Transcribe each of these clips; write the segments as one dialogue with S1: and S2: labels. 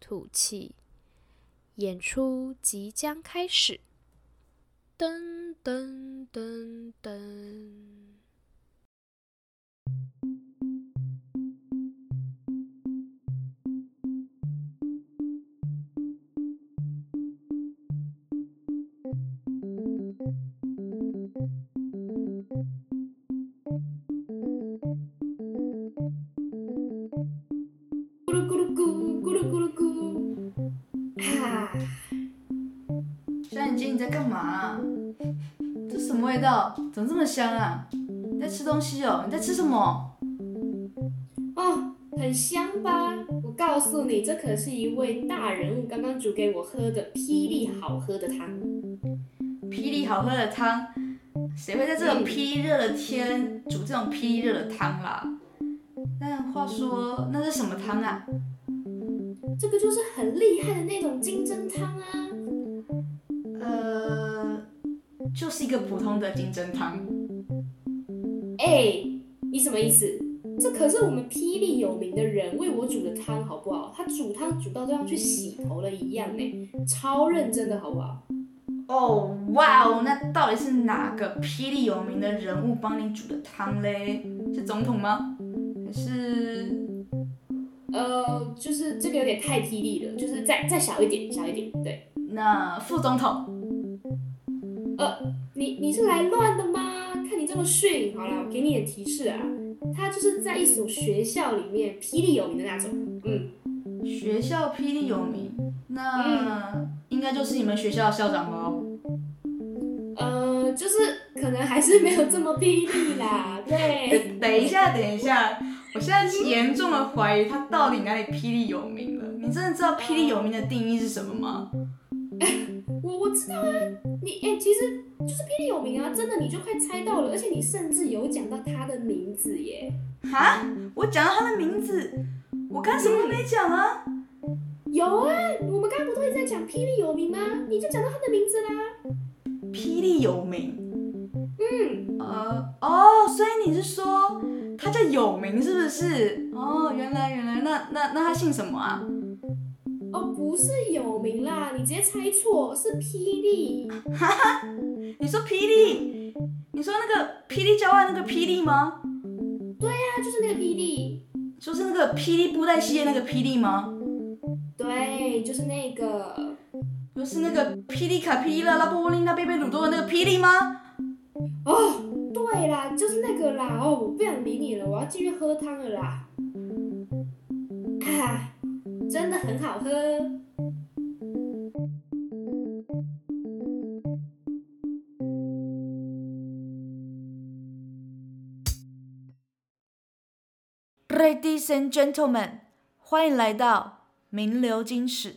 S1: 吐气。演出即将开始。噔噔噔噔。
S2: 咕噜咕噜咕，咕噜咕噜咕。啊！
S3: 山姐，你在干嘛、啊这什么味道？怎么这么香啊？你在吃东西哦？你在吃什么？
S2: 哦，很香吧？我告诉你，这可是一位大人物刚刚煮给我喝的霹雳好喝的汤。
S3: 霹雳好喝的汤，谁会在这种霹雳热的天煮这种霹雳热的汤啦？但话说，那是什么汤啊？
S2: 这个就是很厉害的那种金针汤啊！
S3: 呃，就是一个普通的金针汤。
S2: 哎，你什么意思？这可是我们霹雳有名的人为我煮的汤，好不好？他煮汤煮到都要去洗头了一样呢，超认真的好不好？
S3: 哦，哇哦，那到底是哪个霹雳有名的人物帮你煮的汤嘞？是总统吗？还是
S2: 呃，就是这个有点太霹雳了，就是再再小一点，小一点，对。
S3: 那副总统？
S2: 你你是来乱的吗？看你这么逊，好啦，我给你点提示啊，他就是在一所学校里面霹雳有名的那种。嗯，
S3: 学校霹雳有名，那、应该就是你们学校的校长哦喽。
S2: 呃，就是可能还是没有这么霹雳啦，对。
S3: 等一下，等一下，我现在严重的怀疑他到底哪里霹雳有名了。你真的知道霹雳有名的定义是什么吗？
S2: 我我知道啊，你哎、其实就是霹雳有名啊，真的你就快猜到了，而且你甚至有讲到他的名字耶。
S3: 哈，啊我讲了他的名字，我刚什么都没讲啊。
S2: 有啊，我们刚刚不都一直在讲霹雳有名吗？你就讲到他的名字啦。
S3: 霹雳有名，
S2: 嗯，
S3: 呃，哦，所以你是说他叫有名是不是？哦，原来原来，那那那他姓什么啊？
S2: 哦，不是有名啦，你直接猜错，是霹雳。
S3: 你说霹雳，你说那个霹雳郊外那个霹雳吗？
S2: 他啊就是那个霹雳。
S3: 就是那个霹雳布袋戏的那个霹雳吗？
S2: 对，就是那个，
S3: 不是那个霹雳卡霹雳拉拉波波琳娜贝贝鲁多的那个霹雳吗？
S2: 对啦，就是那个啦。哦，我不想理你了，我要继续喝汤了啦。啊，真的很好喝。
S3: Ladies and gentlemen，欢迎来到名流金史。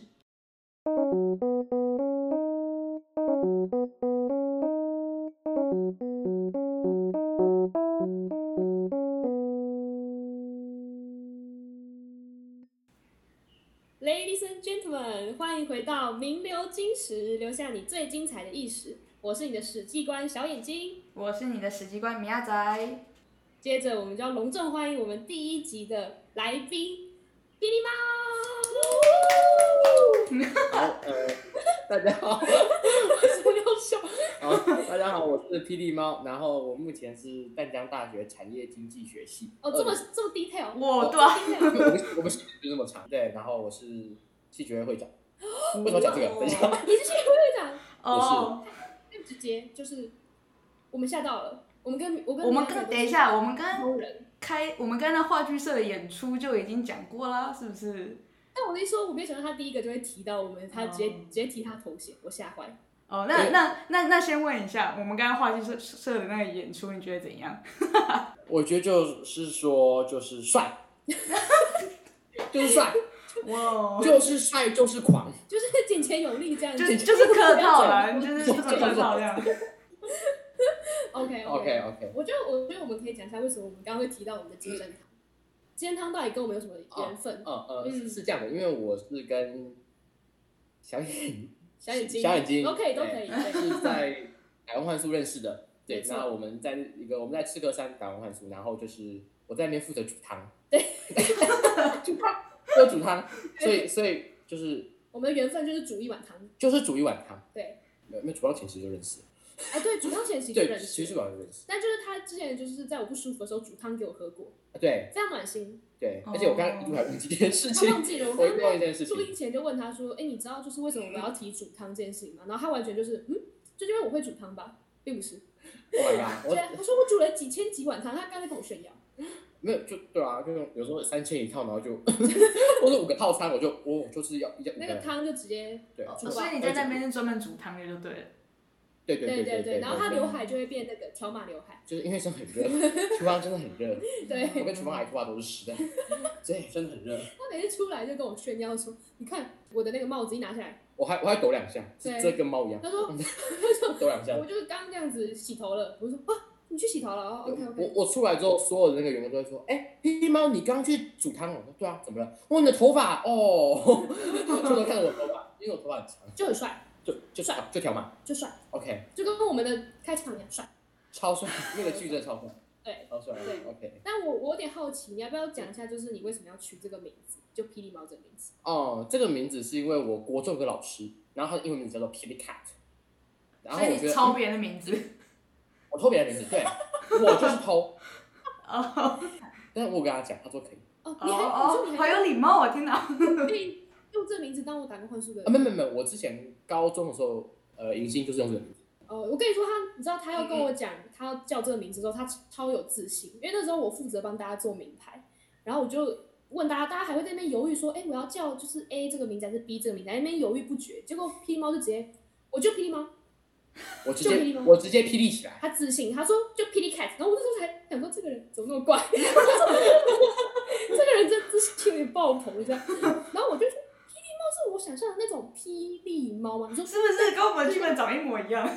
S2: Ladies and gentlemen，欢迎回到名流金石，留下你最精彩的意识。我是你的史记官小眼睛。
S3: 我是你的史记官米亚仔。
S2: 接着，我们就要隆重欢迎我们第一集的来宾，霹雳猫。
S4: 呃， 大家 好，
S2: 不要笑。
S4: 好， 大家好，我是霹雳猫，然后我目前是淡江大学产业经济学系。
S2: 哦，这么
S4: 二
S2: 这么 detail。
S3: 哇对啊
S2: 这么 detail
S4: 年级我们我们系就这么长，对，然后我是系学会会长。为什么讲这个？等一下，
S2: 你是学会长，
S3: 哦，
S2: 那直接就是我们吓到了，我们跟我跟
S3: 我们
S2: 跟
S3: 跟等一下，我们跟
S2: 偷人，
S3: 开我们跟那话剧社的演出就已经讲过啦，是不是？
S2: 但我一说，我没想到他第一个就会提到我们，他直接、
S3: 哦
S2: 直接提他头衔，我吓坏。
S3: 哦，那
S4: 对
S3: 那那那先问一下，我们刚刚话剧社社的那个演出，你觉得怎样？
S4: 我觉得就是说，就是帅，就是帅，
S3: 哇，
S4: 哦 就是帅就是狂，
S2: 就是 井前有力这样子。
S3: 就就是客套
S2: 了。
S3: 啦，就 是就是客套这样。
S2: OK
S4: OK OK，
S2: 我觉得，我觉得我们可以讲一下为什么我们刚刚会提到我们的金针汤。金针汤到底跟我们有什么缘分？
S4: 呃呃，
S2: 嗯
S4: 是是这样的，因为我是跟小野
S2: 小眼睛，
S4: 小眼睛
S2: OK 都可以。对
S4: 是在台湾幻术认识的，对
S2: 没，错
S4: 那我们在一个我们在赤科山打完幻术，然后就是我在那边负责煮汤，对， 煮汤，我煮汤，所以所以就是
S2: 我们的缘分就是煮一碗汤。
S4: 就是煮一碗汤，
S2: 对，
S4: 没有没有煮到前期就认识了，
S2: 哎，对，煮汤前其实
S4: 对，
S2: 认
S4: 其实
S2: 识，
S4: 晚上就认识，
S2: 但就是他之前就是在我不舒服的时候煮汤给我喝过，
S4: 对
S2: 非常暖心。
S4: 对，
S3: 哦
S4: 而且我刚刚一度还忘记这件 事
S2: 他
S4: 情，
S2: 忘记了，我
S4: 我
S2: 刚
S4: 一度忘记
S2: 刚
S4: 这件事
S2: 录音
S4: 情，嗯
S2: 前就问他说：“哎，你知道就是为什么我要提煮汤这件事情吗？”然后他完全就是，嗯，就是因为我会煮汤吧，并不是。
S4: Oh my god，
S2: 对
S4: 我
S2: 啊，他说我煮了几千几碗汤，他刚才跟我炫耀。
S4: 没有就对啊，就有时候三千一套，然 后就或者五个套餐，我就我就是要要五
S2: 那个
S4: 人，
S2: 汤就直接
S4: 对
S3: 哦所以你在那边是专门煮汤的就对了。
S4: 对对
S2: 对
S4: 对对
S2: 对，然后他
S4: 对
S2: 刘海就会变那个条码刘海，
S4: 就是因为真的很热，厨房真的很热，
S2: 对
S4: 我跟厨房还头发都是湿的，对，真的很热。
S2: 他每次出来就跟我炫耀说：“你看我的那个帽子一拿下来，
S4: 我还我还抖两下，
S2: 对
S4: 这跟猫一样，
S2: 他说
S4: 抖两下。
S2: 我就是刚这样子洗头了。”我说：“啊，你去洗头了哦，OK
S4: 我
S2: OK。
S4: 我出来之后，所有的那个员工都会说：“哎、黑猫，你刚去煮汤哦。”我说：“对啊，怎么了？”我你的头发哦， 就都看着我头发，因为我头发很长，”
S2: 就很帅，
S4: 就就长就条嘛
S2: 就帅，
S4: ，OK，
S2: 就跟我们的开场一样帅。
S4: 超帅，那个剧真的超帅，
S2: 对，
S4: 超帅
S2: 对
S4: ，OK。
S2: 但我我有点好奇，你要不要讲一下，就是你为什么要取这个名字，就霹雳猫这个名字？
S4: 哦，这个名字是因为我国中有个老师，然后他的英文名字叫做 Kitty Cat，然后
S3: 所以
S4: 我觉
S3: 你
S4: 得
S3: 抄别人的名字。
S4: 我偷别人的名字，对我就是 偷，
S3: 哦
S4: 但是我跟他讲，他说可以。
S2: 哦，你还你说
S3: 哦
S2: 你
S3: 哦，好
S2: 还
S3: 有礼貌啊！天哪。
S2: 可以用这个名字当我打工换宿的
S4: 啊，？没有没有没有，我之前高中的时候，呃，迎新就是用这个名字。
S2: 哦，我跟你说，他你知道他
S3: 嗯
S2: 要跟我讲他要叫这个名字之后，他超有自信，因为那时候我负责帮大家做名牌，然后我就问大家，大家还会在那边犹豫说，哎，我要叫就是 A 这个名字还是 B 这个名字，在那边犹豫不决。结果霹雳猫就直接，我就霹雳猫，
S4: 我直
S2: 就霹雳
S4: 接
S2: 吗
S4: 我直接霹雳起来，
S2: 他自信，他说就霹雳 cat，然后我那时候才想说这个人怎么那么怪， 这个人真自信有点爆棚这样，然后我就说霹雳猫是我想象的那种霹雳猫吗？你说
S3: 是不是跟我们剧本长一模一样？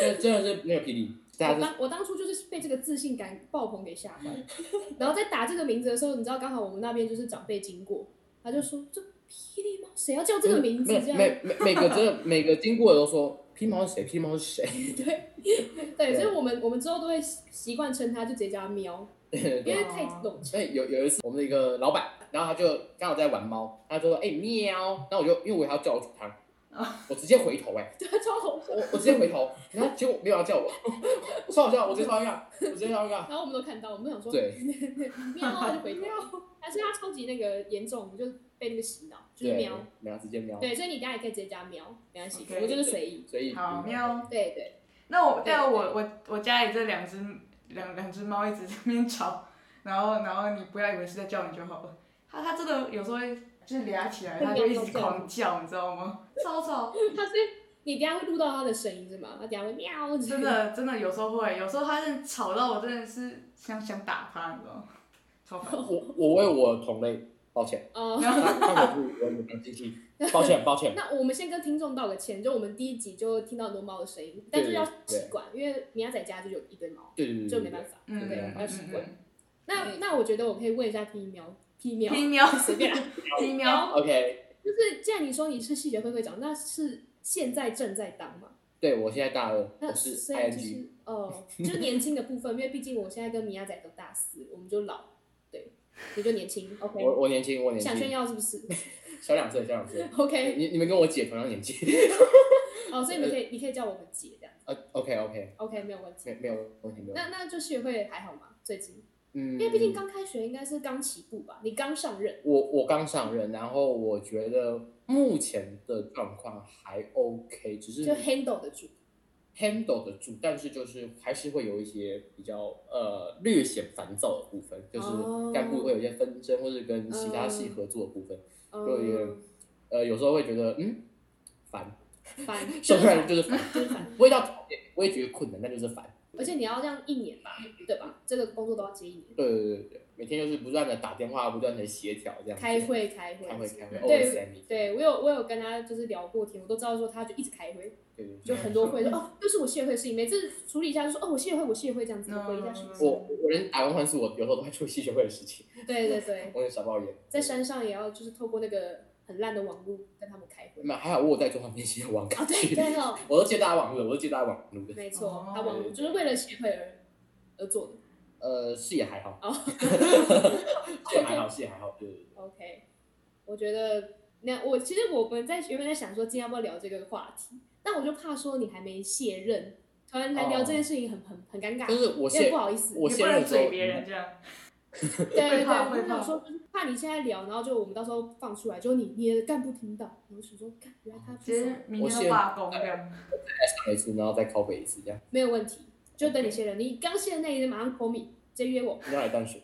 S4: 真的真的是那个霹雳，大
S2: 我
S4: 家
S2: 当我当初就是被这个自信感爆棚给吓 坏，然后在打这个名字的时候，你知道刚好我们那边就是长辈经过，他就说这霹雳猫谁要叫这
S4: 是
S2: 个名字
S4: 没有
S2: 这样？
S4: 每每每个真的每个经过的都说霹雳猫是谁，霹雳猫是谁，
S2: 对，所以我们我们之后都会习习惯称他就直接叫他喵，
S4: 对
S2: 因
S4: 对。
S2: 为太笼统。
S4: 所以有有一次我们的一个老板，然后他就刚好在玩猫，他就说哎、喵，那我就因为我还要叫我煮汤
S2: 哦
S3: 啊，
S4: 我直接回头哎、
S2: 对，超好。
S4: 我我直接回头，然后结果没有要叫我， 超好笑，我直接超尴尬，我直接超尴尬。
S2: 然后我们都看到，我们都想说
S4: 对
S2: 喵，他就回头，但是他超级那个严重，就被那个洗脑，就是
S4: 对
S2: 喵。，
S4: 喵直接喵，
S2: 对，所以你大家也可以直接加喵，没关系，
S3: OK
S2: 我就是随意。
S4: 所以
S3: 好
S4: 嗯
S3: 喵。
S2: 对 对，
S3: 那我但我我我家里这两只两两只猫一直在那边吵，然后然后你不要以为是在叫你就好了，它它真的有时候会就是俩起来，它就一直狂叫，你知道吗？吵吵，
S2: 他是你等一下会录到他的声音是吗？他等一下会喵之类
S3: 真的真的有时候会，有时候它真的吵到我真的是想想打它，你知道吗？超烦。
S4: 我我为我同类抱歉，
S2: 哦，
S4: 他他可是我母当机器，抱歉抱歉。
S2: 那我们先跟听众道个歉，就我们第一集就听到很多猫的声音，但是要习惯，因为米亚仔家就有一堆猫，
S4: 对对对，
S2: 就没办法。
S3: 嗯
S4: 对
S3: 嗯
S2: 要习
S3: 嗯
S2: 惯
S3: 嗯，
S2: 那那我觉得我可以问一下皮喵，皮喵
S3: 皮喵
S2: 随便啦，
S3: 皮喵，
S2: 喵，
S4: OK，
S2: 就是既然你说你是戏学会会长，那是现在正在当吗？
S4: 对我现在大二，
S2: 那
S4: 我是
S2: 所以就
S4: ING，
S2: 是哦，就是年轻的部分，因为毕竟我现在跟米亚仔都大四，我们就老，对，你就年轻，OK，
S4: 我我年轻，我年
S2: 想炫
S4: 轻，
S2: 耀是不是
S4: 小两岁，小 两岁。哎
S2: ？OK，
S4: 你你们跟我姐同样年纪，
S2: 哦，所以你们可以你可以叫我们姐这样
S4: 呃，OK OK，
S2: ，OK，没有问题。
S4: 没没有问题没有问题。
S2: 那那就学会还好吗？最近？
S4: 嗯，
S2: 因为毕竟刚开学，应该是刚起步吧，你刚上任，
S4: 我我刚上任，然后我觉得目前的状况还 OK，只是
S2: 就 handle 得住。
S4: handle 得住，但是就是还是会有一些比较呃略显烦躁的部分，就是
S2: 哦
S4: 干部会有一些纷争，或是跟其他系合作的部分，就有点
S2: 嗯，
S4: 呃有时候会觉得嗯烦，
S2: 烦，就
S4: 说出
S2: 是
S4: 来
S2: 烦，
S4: 就是烦，
S2: 就是烦。
S4: 味道讨厌，我也觉得困难，但就是烦。
S2: 而且你要这样一年吧，对吧？这个工作都要接一年，
S4: 对对对对，每天就是不断的打电话，不断的协调这样子。
S2: 开会开会
S4: 开会开会，
S2: 对
S4: always at meeting
S2: 对我有我有跟他就是聊过天，我都知道说他就一直开会，
S4: 对对
S2: 就
S4: 对。
S2: 很多会说哦，又是我谢会的事情，每次处理一下就说哦我谢会我谢会这样子
S3: 嗯
S2: 回一下讯息，
S4: 我我连打工换宿，我有时候都会出戏学会的事情，
S2: 对对对，
S4: 我有点小抱怨。
S2: 在山上也要就是透过那个很烂的网络跟他们开会，
S4: 没有，还好我有在做方面些网咖去，
S2: 对哦，
S4: 我都接大家网路的，我都接大家网路的。
S2: 没错
S3: 哦，
S2: 他网络就是为了协会而而做的。
S4: 呃，是也还好，
S2: 哦
S4: 是也还好，是也还好，对对对。
S2: OK，我觉得那我其实我们在原本在想说今天要不要聊这个话题，但我就怕说你还没卸任，突然来聊这件事情很很很尴尬，
S4: 就是我
S2: 有点
S4: 现
S2: 不好意思。
S4: 我
S3: 你
S4: 现
S3: 不
S4: 任
S3: 能
S4: 之后
S3: 嘴，别人这样。
S2: 对对对，
S3: 会怕
S2: 我
S3: 会
S2: 就想
S3: 怕
S2: 说就是怕你现在聊，然后就我们到时候放出来，就你你的干部听到，然后想说，干原来他出
S3: 直
S2: 手
S3: 接明天就罢工这样。
S4: 再上一次，然后再拷贝一次，这样
S2: 没有问题，就等你卸任，你刚卸任那一天马上 call me，直接约 我，
S4: 你要来淡水。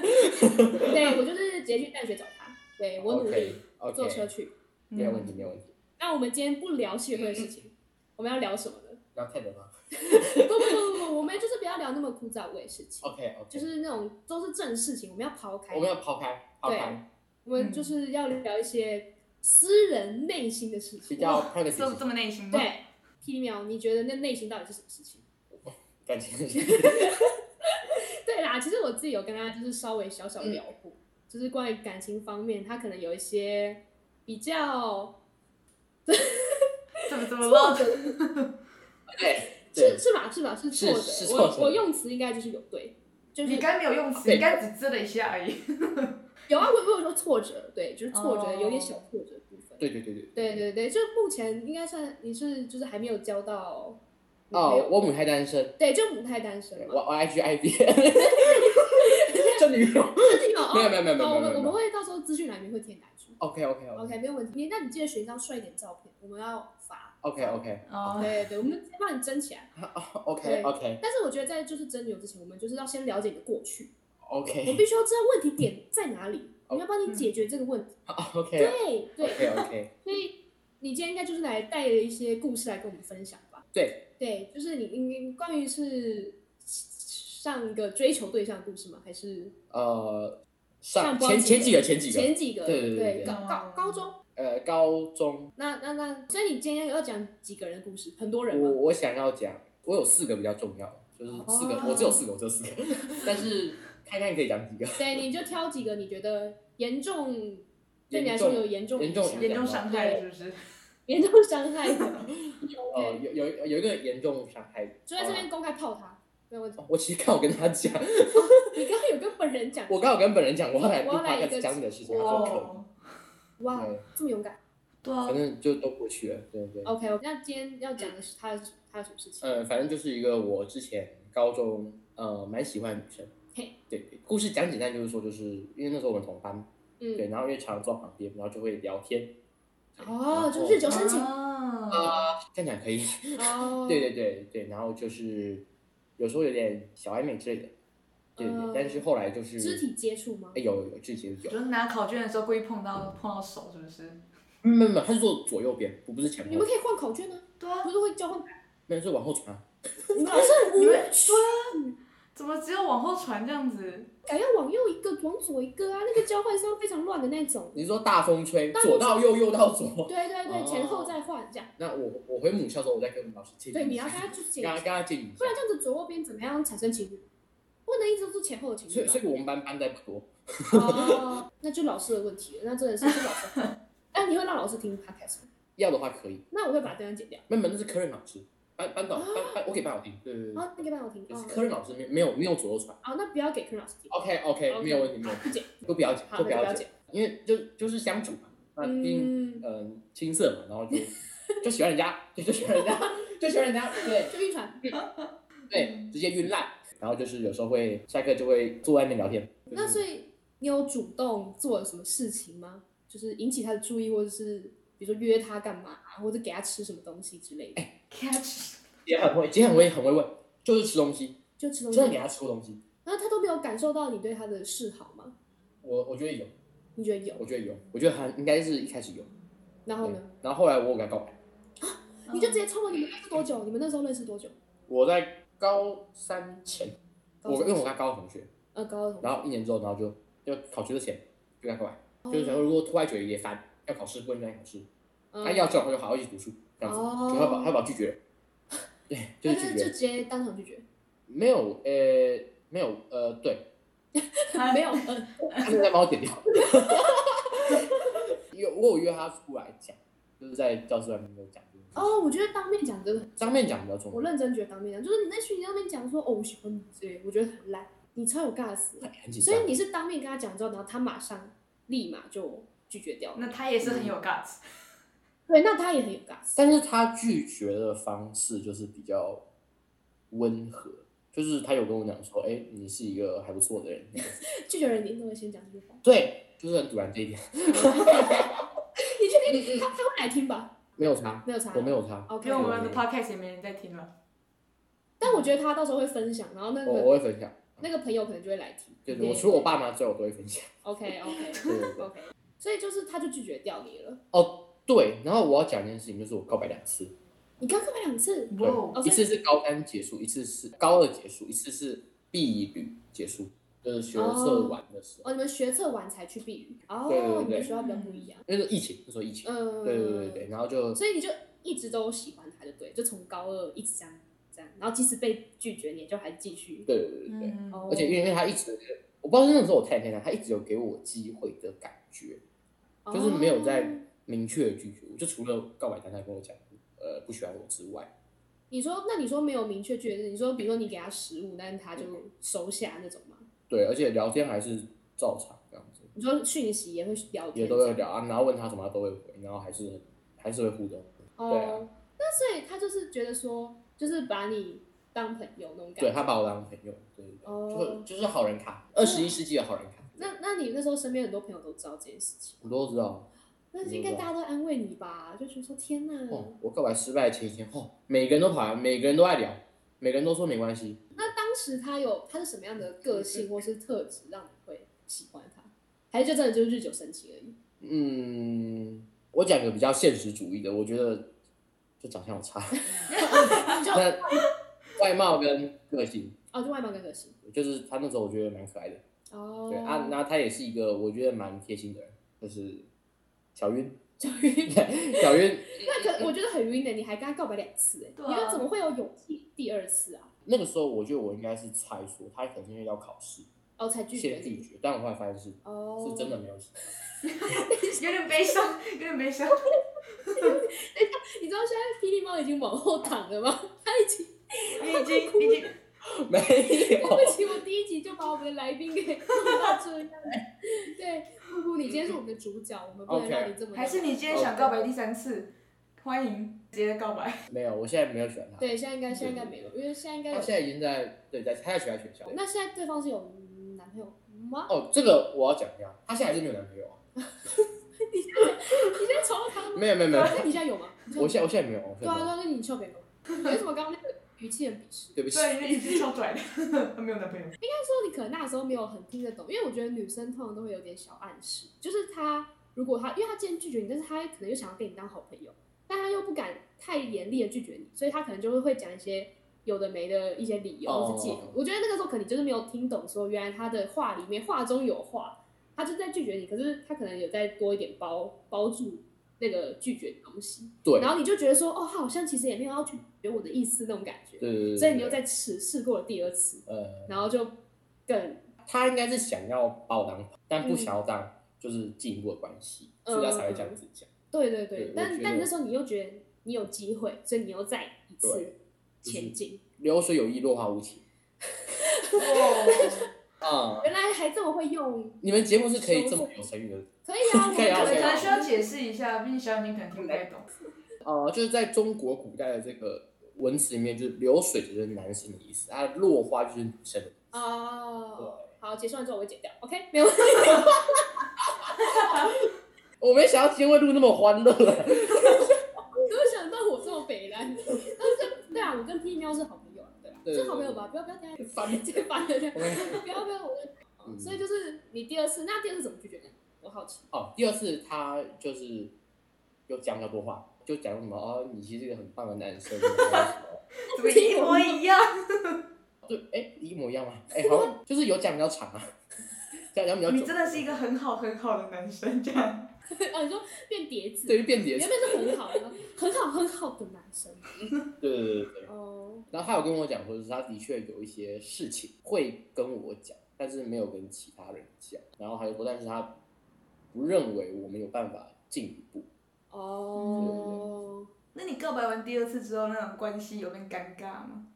S2: 对我就是直接去淡水找他，对 我努力
S4: OK，OK，
S2: 坐车去。
S4: 没有问题，没有问题。
S2: 那我们今天不聊谢会的事情，我们要聊什么呢？
S4: 聊 TED 吗
S2: 不不不不，不，我们就是不要聊那么枯燥无味的事情，
S4: ？OK
S2: 就
S4: OK，
S2: 是那种都是正事情，我们要抛开，
S4: 我们要嗯抛开，抛开，
S2: 我们就是要聊一些私人内心的事
S4: 比
S2: 情。
S4: 较
S3: 这
S4: privacy
S3: 这么内心吗？
S2: 对，皮苗，你觉得那内心到底是什么事情？
S4: 感 情。
S2: 对啦，其实我自己有跟他就是稍微小小
S3: 嗯
S2: 聊过，就是关于感情方面，他可能有一些比较
S3: 怎么怎么
S2: 挫
S3: 了？
S2: 折，
S4: 对
S2: 是
S4: 对
S2: 是吧？是吧？是
S4: 是
S2: 挫
S4: 是
S2: 折。
S4: 挫折
S2: 我我用词应该就是有对，就是
S3: 你刚没有用词，
S4: 对
S3: 你刚只遮了一下而已。
S2: 有啊，我我有说挫折，对，就是挫折，
S3: 哦
S2: 有点小挫折的部分。
S4: 对对对对。
S2: 对对对，就目前应该算你是就是还没有交到女朋
S4: 哦
S2: 友，
S4: 我母胎单身，
S2: 对，就母胎单身
S4: 对
S2: 嘛
S4: 我。我 IG IB，这女
S2: 真的
S4: 友。
S2: 有哦
S4: 没有没有没有没有
S2: 哦我
S4: 没
S2: 们
S4: 有没有哦
S2: 我们会到时候资讯栏里面会添加一句
S4: OK OK OK
S2: ，OK 没有问题。你那你记得选一张帅一点的照片，我们要发。
S4: OK OK
S3: 哦，
S2: 对对，我们先帮你争起来。
S4: 哎 OK OK
S2: 但是我觉得在就是真女友之前，我们就是要先了解你的过去，我们
S4: OK
S2: 必须要知道问题点在哪里，我们要
S4: 哦嗯
S2: 帮你解决这个问题。
S4: OK
S2: 对对，
S4: OK OK，
S2: 所以你今天应该就是来带了一些故事来跟我们分享吧。
S4: 对，
S2: 对，就是你你你关于是上一个追求对象的故事吗？还是
S4: 呃，
S2: 上
S4: 上
S2: 包
S4: 前
S2: 几个
S4: 前几个前几个，
S2: 前几个？
S4: 对对对对
S2: 高高
S3: 哦
S2: 高中。
S4: 呃，高中
S2: 那那那，所以你今天要讲几个人的故事？很多人
S4: 我
S2: 吗？
S4: 我想要讲，我有四个比较重要，就是四个，
S2: 哦
S4: 我只有四个，我只有 四个，但是看看可以讲几个。
S2: 对，你就挑几个你觉得严重对你来说有严重
S4: 严重
S2: 影响
S3: 严重伤害是不是？
S2: 严重伤害的。
S4: 呃，
S2: OK，
S4: 有有有一个严重伤害，
S2: 就在这边公开泡他，没有问题。
S4: 哦我其实刚好跟他讲，
S2: 你刚刚有跟本人讲，
S4: 我刚好跟本人讲，我要来
S2: 我
S4: 录
S2: 要来一个
S4: podcast 讲你的事情，他说可以，
S3: 哦，
S2: 哇
S4: 对，
S2: 这么勇敢。
S3: 对啊
S4: 反，正就都过去了，对对。
S2: OK，那今天要讲的是他的他的什么事情？
S4: 呃，反正就是一个我之前高中呃蛮喜欢的女生
S2: 嘿。
S4: 对，故事讲简单就是说，就是因为那时候我们同班，对，
S2: 嗯，
S4: 然后因为常常坐旁边，然后就会聊天。
S2: 哦，就是日久生情。
S3: 啊，
S4: 这样讲可以。
S2: 哦，
S4: 对对对对，然后就是有时候有点小暧昧之类的，对对对。
S2: 嗯
S4: 但是后来就是
S2: 肢体接触吗
S4: 哎？有有肢体有，
S3: 就是拿考卷的时候故意碰到碰到手，是不是？
S4: 没有没有没有，他是坐左右边，我不是前
S2: 嗯你
S4: 后
S2: 们，可以换考卷呢、
S3: 对啊
S2: 不，是会交换？
S4: 没有是往后传啊。
S2: 你们老师很无
S3: 对
S2: 聊，
S3: 啊，怎么只有往后传这样子？
S2: 改要往右一个，往左一个啊，那个交换是要非常乱的那种。
S4: 你是说大风吹，
S2: 大风
S4: 左到右，右到左。
S2: 对对对，
S4: 嗯哦
S2: 前后再换这样。
S4: 那我我回母校的时候，我再跟我们老师建议一下，
S2: 对，你要跟他去解
S4: 跟他
S2: 决，
S4: 跟他建议一
S2: 不
S4: 下
S2: 然。这样子左右边怎么样产生情侣？不能一直都是前后的情
S4: 所
S2: 侣
S4: 以
S2: 吧
S4: 所？以我们班班在不多，
S2: 哦， 那就老师的问题了，那真的是是老师的。哎，你会让老师听 podcast 吗？
S4: 要的话可以。
S2: 那我会把这段剪掉。
S4: 没有没有那是科任老师，班班导班班我给班导听，对对对对，
S2: 哦，那个班我听。
S4: 就是
S2: 哦，
S4: 科任老师没有没有没有左右传。
S2: 哦，那不要给科老师听。
S4: OK 哎 OK，没有问题没有问题。
S2: 好，不剪。
S4: 都表姐，
S2: 好
S4: 都
S2: 那就
S4: 表
S2: 了
S4: 姐
S2: 解，
S4: 因为就就是相处嘛，那毕竟
S2: 嗯，
S4: 嗯青涩嘛，然 后就就喜欢人家，就就喜欢人家，就喜欢人家，对
S2: 就晕船。
S4: 对，
S2: 嗯
S4: 直接晕烂，然后就是有时候会下课就会坐外面聊天，就是
S2: 那所以你有主动做了什么事情吗？就是引起他的注意，或者是比如说约他干嘛，或者给他吃什么东西之类的，
S4: 哎
S3: catch
S4: 也很会，也很会很会问，就是吃东西，
S2: 就吃东西
S4: 真。的给他吃过东西，
S2: 然后他都没有感受到你对他的示好吗？
S4: 我我觉得有，
S2: 你觉得有？
S4: 我觉得有，我觉得他应该是一开始有，
S2: 然后
S4: 对
S2: 呢？，
S4: 然后后来我有跟他告白，
S2: 嗯你就直接冲了。你们认识多久？你们那时候认识多久？
S4: 我在高三前，我因为我跟他高中同学，
S2: 呃高二同学
S4: 然后一年之后，然后就就考学之前就跟他过来，
S2: 哦
S4: 就是想说如果拖太久也烦，要考试不能跟他考试，
S2: 嗯
S4: 他要叫我就好好一起读书这样子，
S2: 哦
S4: 就他把他把我拒绝了，对，就
S2: 那就
S4: 是拒
S2: 就
S4: 绝
S2: 直
S4: 了，
S2: 接当场拒 绝，
S4: 没有呃没有呃对，
S2: 没有，呃
S4: 他现在帮我点掉。 有我有约他出来讲，就是在教室外面有讲这件事情。
S2: 哦，我觉得当面讲真的很，
S4: 当面讲比较重要。
S2: 我认真觉得当面讲，就是你在群里当面讲说哦我喜欢你之类，我觉得很烂，你超有尬死，
S4: 很紧
S2: 所
S4: 张
S2: 以。你是当面跟他讲之后，然后他马上立马就拒绝掉了，
S3: 那他也是很有 guts，
S2: 对，那他也很有尬死，
S4: 但是他拒绝的方式就是比较温和，就是他有跟我讲说，哎、你是一个还不错的人。
S2: 拒绝人你都会先讲这句话，
S4: 对，就是很突然这一点，
S2: 你确定他他会来听吧？
S4: 没有差，
S2: 没有差，
S4: 嗯我没有差，
S2: OK，
S3: 因为我们的 podcast 也没人在听了。
S2: 但我觉得他到时候会分享，然后那
S4: 我
S2: 个
S4: 我会分享。
S2: 那个朋友可能就会来听，
S4: 就是我除了我爸妈之外，我都会分享。
S2: OK OK
S4: 对对对
S2: OK，所以就是他就拒绝掉你了，
S4: 哦，对，然后我要讲一件事情，就是我告白两次。
S2: 你刚告白两次，
S4: 对
S3: 哇，
S2: 哦
S4: 一次是高三结束，一次是高二结束，一次是毕旅结束，就是学测完的时候，
S2: 哦，你们学测完才去避雨，哦，
S4: 对对对
S2: 你们学校比较不一样，
S4: 因为是疫情，那时候疫情，
S2: 嗯，
S4: 对对对对，然后就
S2: 所以你就一直都喜欢他，就对，就从高二一直这样这样，然后即使被拒绝，你就还继续，
S4: 对对对对对，
S3: 嗯，
S2: 哦，
S4: 而且因为因为他一直，我不知道是那时候我太偏了，他一直有给我机会的感觉，就是没有
S2: 哦
S4: 在明确地拒绝我，就除了告白单他跟我讲，呃，不喜欢我之外，
S2: 你说，那你说没有明确拒绝，你说比如说你给他食物，但是他就收下那种吗？
S4: 对，而且聊天还是照常这样子，
S2: 你说讯息也会聊天，
S4: 也都会聊啊，然后问他什么他都会回，然后还是还是会互动，对啊
S2: 哦，那所以他就是觉得说，就是把你当朋友那种感觉。
S4: 对他把我当朋友，对对对，
S2: 哦
S4: 就是就是好人卡，二十一世纪的好人卡，
S2: 那那你那时候身边很多朋友都知道这件事情，
S4: 我都知道。
S2: 那应该大家都安慰你吧？就觉得说天哪，
S4: 哦，我告白失败前一天，哦，每个人都跑来，每个人都爱聊，每个人都说没关系。
S2: 那当时他有他是什么样的个性或是特质让你会喜欢他？还是就真的就是日久生情而已？
S4: 嗯，我讲个比较现实主义的，我觉得就长相有差，
S2: 就
S4: 那外貌跟个性，
S2: 哦，就外貌跟个性
S4: 就是他那时候我觉得蛮可爱的，
S2: 哦，
S4: 对啊，然后他也是一个我觉得蛮贴心的人，就是小晕，
S2: 就晕。
S4: 小晕
S2: 那可我觉得很晕的，欸你还跟他告白两次哎，
S3: 对啊
S2: 你又怎么会有勇气第二次啊？
S4: 那个时候我觉得我应该是猜说他可能是因为要考试
S2: 哦，才拒绝
S4: 先拒
S2: 你
S4: 绝，但我后来发现是
S2: 哦，
S4: 是真的没有喜欢。
S3: 有点悲伤， 有点悲伤。
S2: 你知道现在霹雳猫已经往后躺了吗？
S4: 哦
S2: 它已经，
S3: 你已 经，你已经，
S4: 没
S2: 对
S4: 有，
S2: 不起，我第一集就把我们的来宾给弄到这样。对，姑姑，你今天是我们的主角，我们不能
S4: OK
S2: 让你这么。
S3: 还是你今天想告白第三次？欢迎直接告 白。
S4: 没有，我现在没有喜欢他。
S2: 对，现在应该现在应该没有，因为现在应该
S4: 他
S2: 有。
S4: 哦现在已经在对在他在其他学校。
S2: 那现在对方是有男朋友吗？
S4: 哦，这个我要讲一下，他现在还是没有男朋友啊？
S2: 你现在抽他吗？
S4: 没有没有没有，
S2: 啊那你现在有吗？
S4: 我现在我现在没有，我
S2: 对
S4: 现在
S2: 啊，
S4: 没
S2: 对
S4: 有
S2: 啊，那你笑别人。你 为什么刚刚那个语气很鄙视？
S4: 对不起，
S3: 对，你已经超拽的，他 没有男朋友。
S2: 但是说你可能那时候没有很听得懂，因为我觉得女生通常都会有点小暗示，就是她如果她因为她既然拒绝你，但是她可能又想要跟你当好朋友，但她又不敢太严厉的拒绝你，所以她可能就会会讲一些有的没的一些理由
S4: 哦
S2: 或是借口。我觉得那个时候可能就是没有听懂，说原来她的话里面话中有话，她就在拒绝你，可是她可能有再多一点包包住那个拒绝的东西，
S4: 对
S2: 然后你就觉得说哦，她好像其实也没有要拒绝我的意思那种感觉，
S4: 对对对，
S2: 所以你又
S4: 在
S2: 再试试过了第二次。
S4: 呃，
S2: 然后就更
S4: 他应该是想要把我当，但不想要当就是进一步的关系，所以他才会这样子讲。
S2: 对对
S4: 对
S2: 对
S4: 我，
S2: 但
S4: 觉
S2: 但
S4: 得
S2: 那时候你又觉得你有机会，所以你又再一次
S4: 对就是
S2: 前进。
S4: 流水有意，落花无情
S3: 哇，
S4: 啊！
S2: 原来还这么会用，
S4: 你们节目是可以这么有成语的，
S2: 可以 啊，
S4: 可以啊
S2: 我
S3: 可能
S2: 们
S4: 可以
S3: 可
S4: 啊
S3: 能需要解释一下，毕竟小眼睛可能听不太懂。
S4: 呃，就是在中国古代的这个文词里面，就是流水就是男生的意思，啊，落花就是女生的意思。
S2: 哦，好，结束完之后我会剪掉，OK，没有 问题。
S4: 我没想到今天会录那么欢乐，
S2: 没有想到我这么北蓝，但是对啊，我跟 P 喵是好朋友啊，对啊，
S4: 对
S2: 是好朋友吧？不要不要跟他
S4: 烦
S2: 直接翻了，这样
S4: 我们
S2: 不要不要 我跟。哦
S4: 嗯
S2: 所以就是你第二次，那第二次怎么拒绝呢？我好奇。
S4: 哦，第二次他就是有讲比较多话，就讲什么哦，你其实是一个很棒的男生，然后什么
S3: 怎么一模一样？
S4: 对，哎，一模一样吗？哎，好像就是有讲比较长啊， 讲讲比较久。
S3: 你真的是一个很好很好的男生，这样
S2: 哦，你说变叠字，
S4: 对，就变节
S2: 原本是很好的，很好很好的男生。
S4: 对对对对。
S2: 哦，
S4: 然后他有跟我讲说，就是他的确有一些事情会跟我讲，但是没有跟其他人讲。然后他就说，但是他不认为我们有办法进一步。
S2: 哦，
S3: 那你告白完第二次之后，那种关系有变尴尬吗？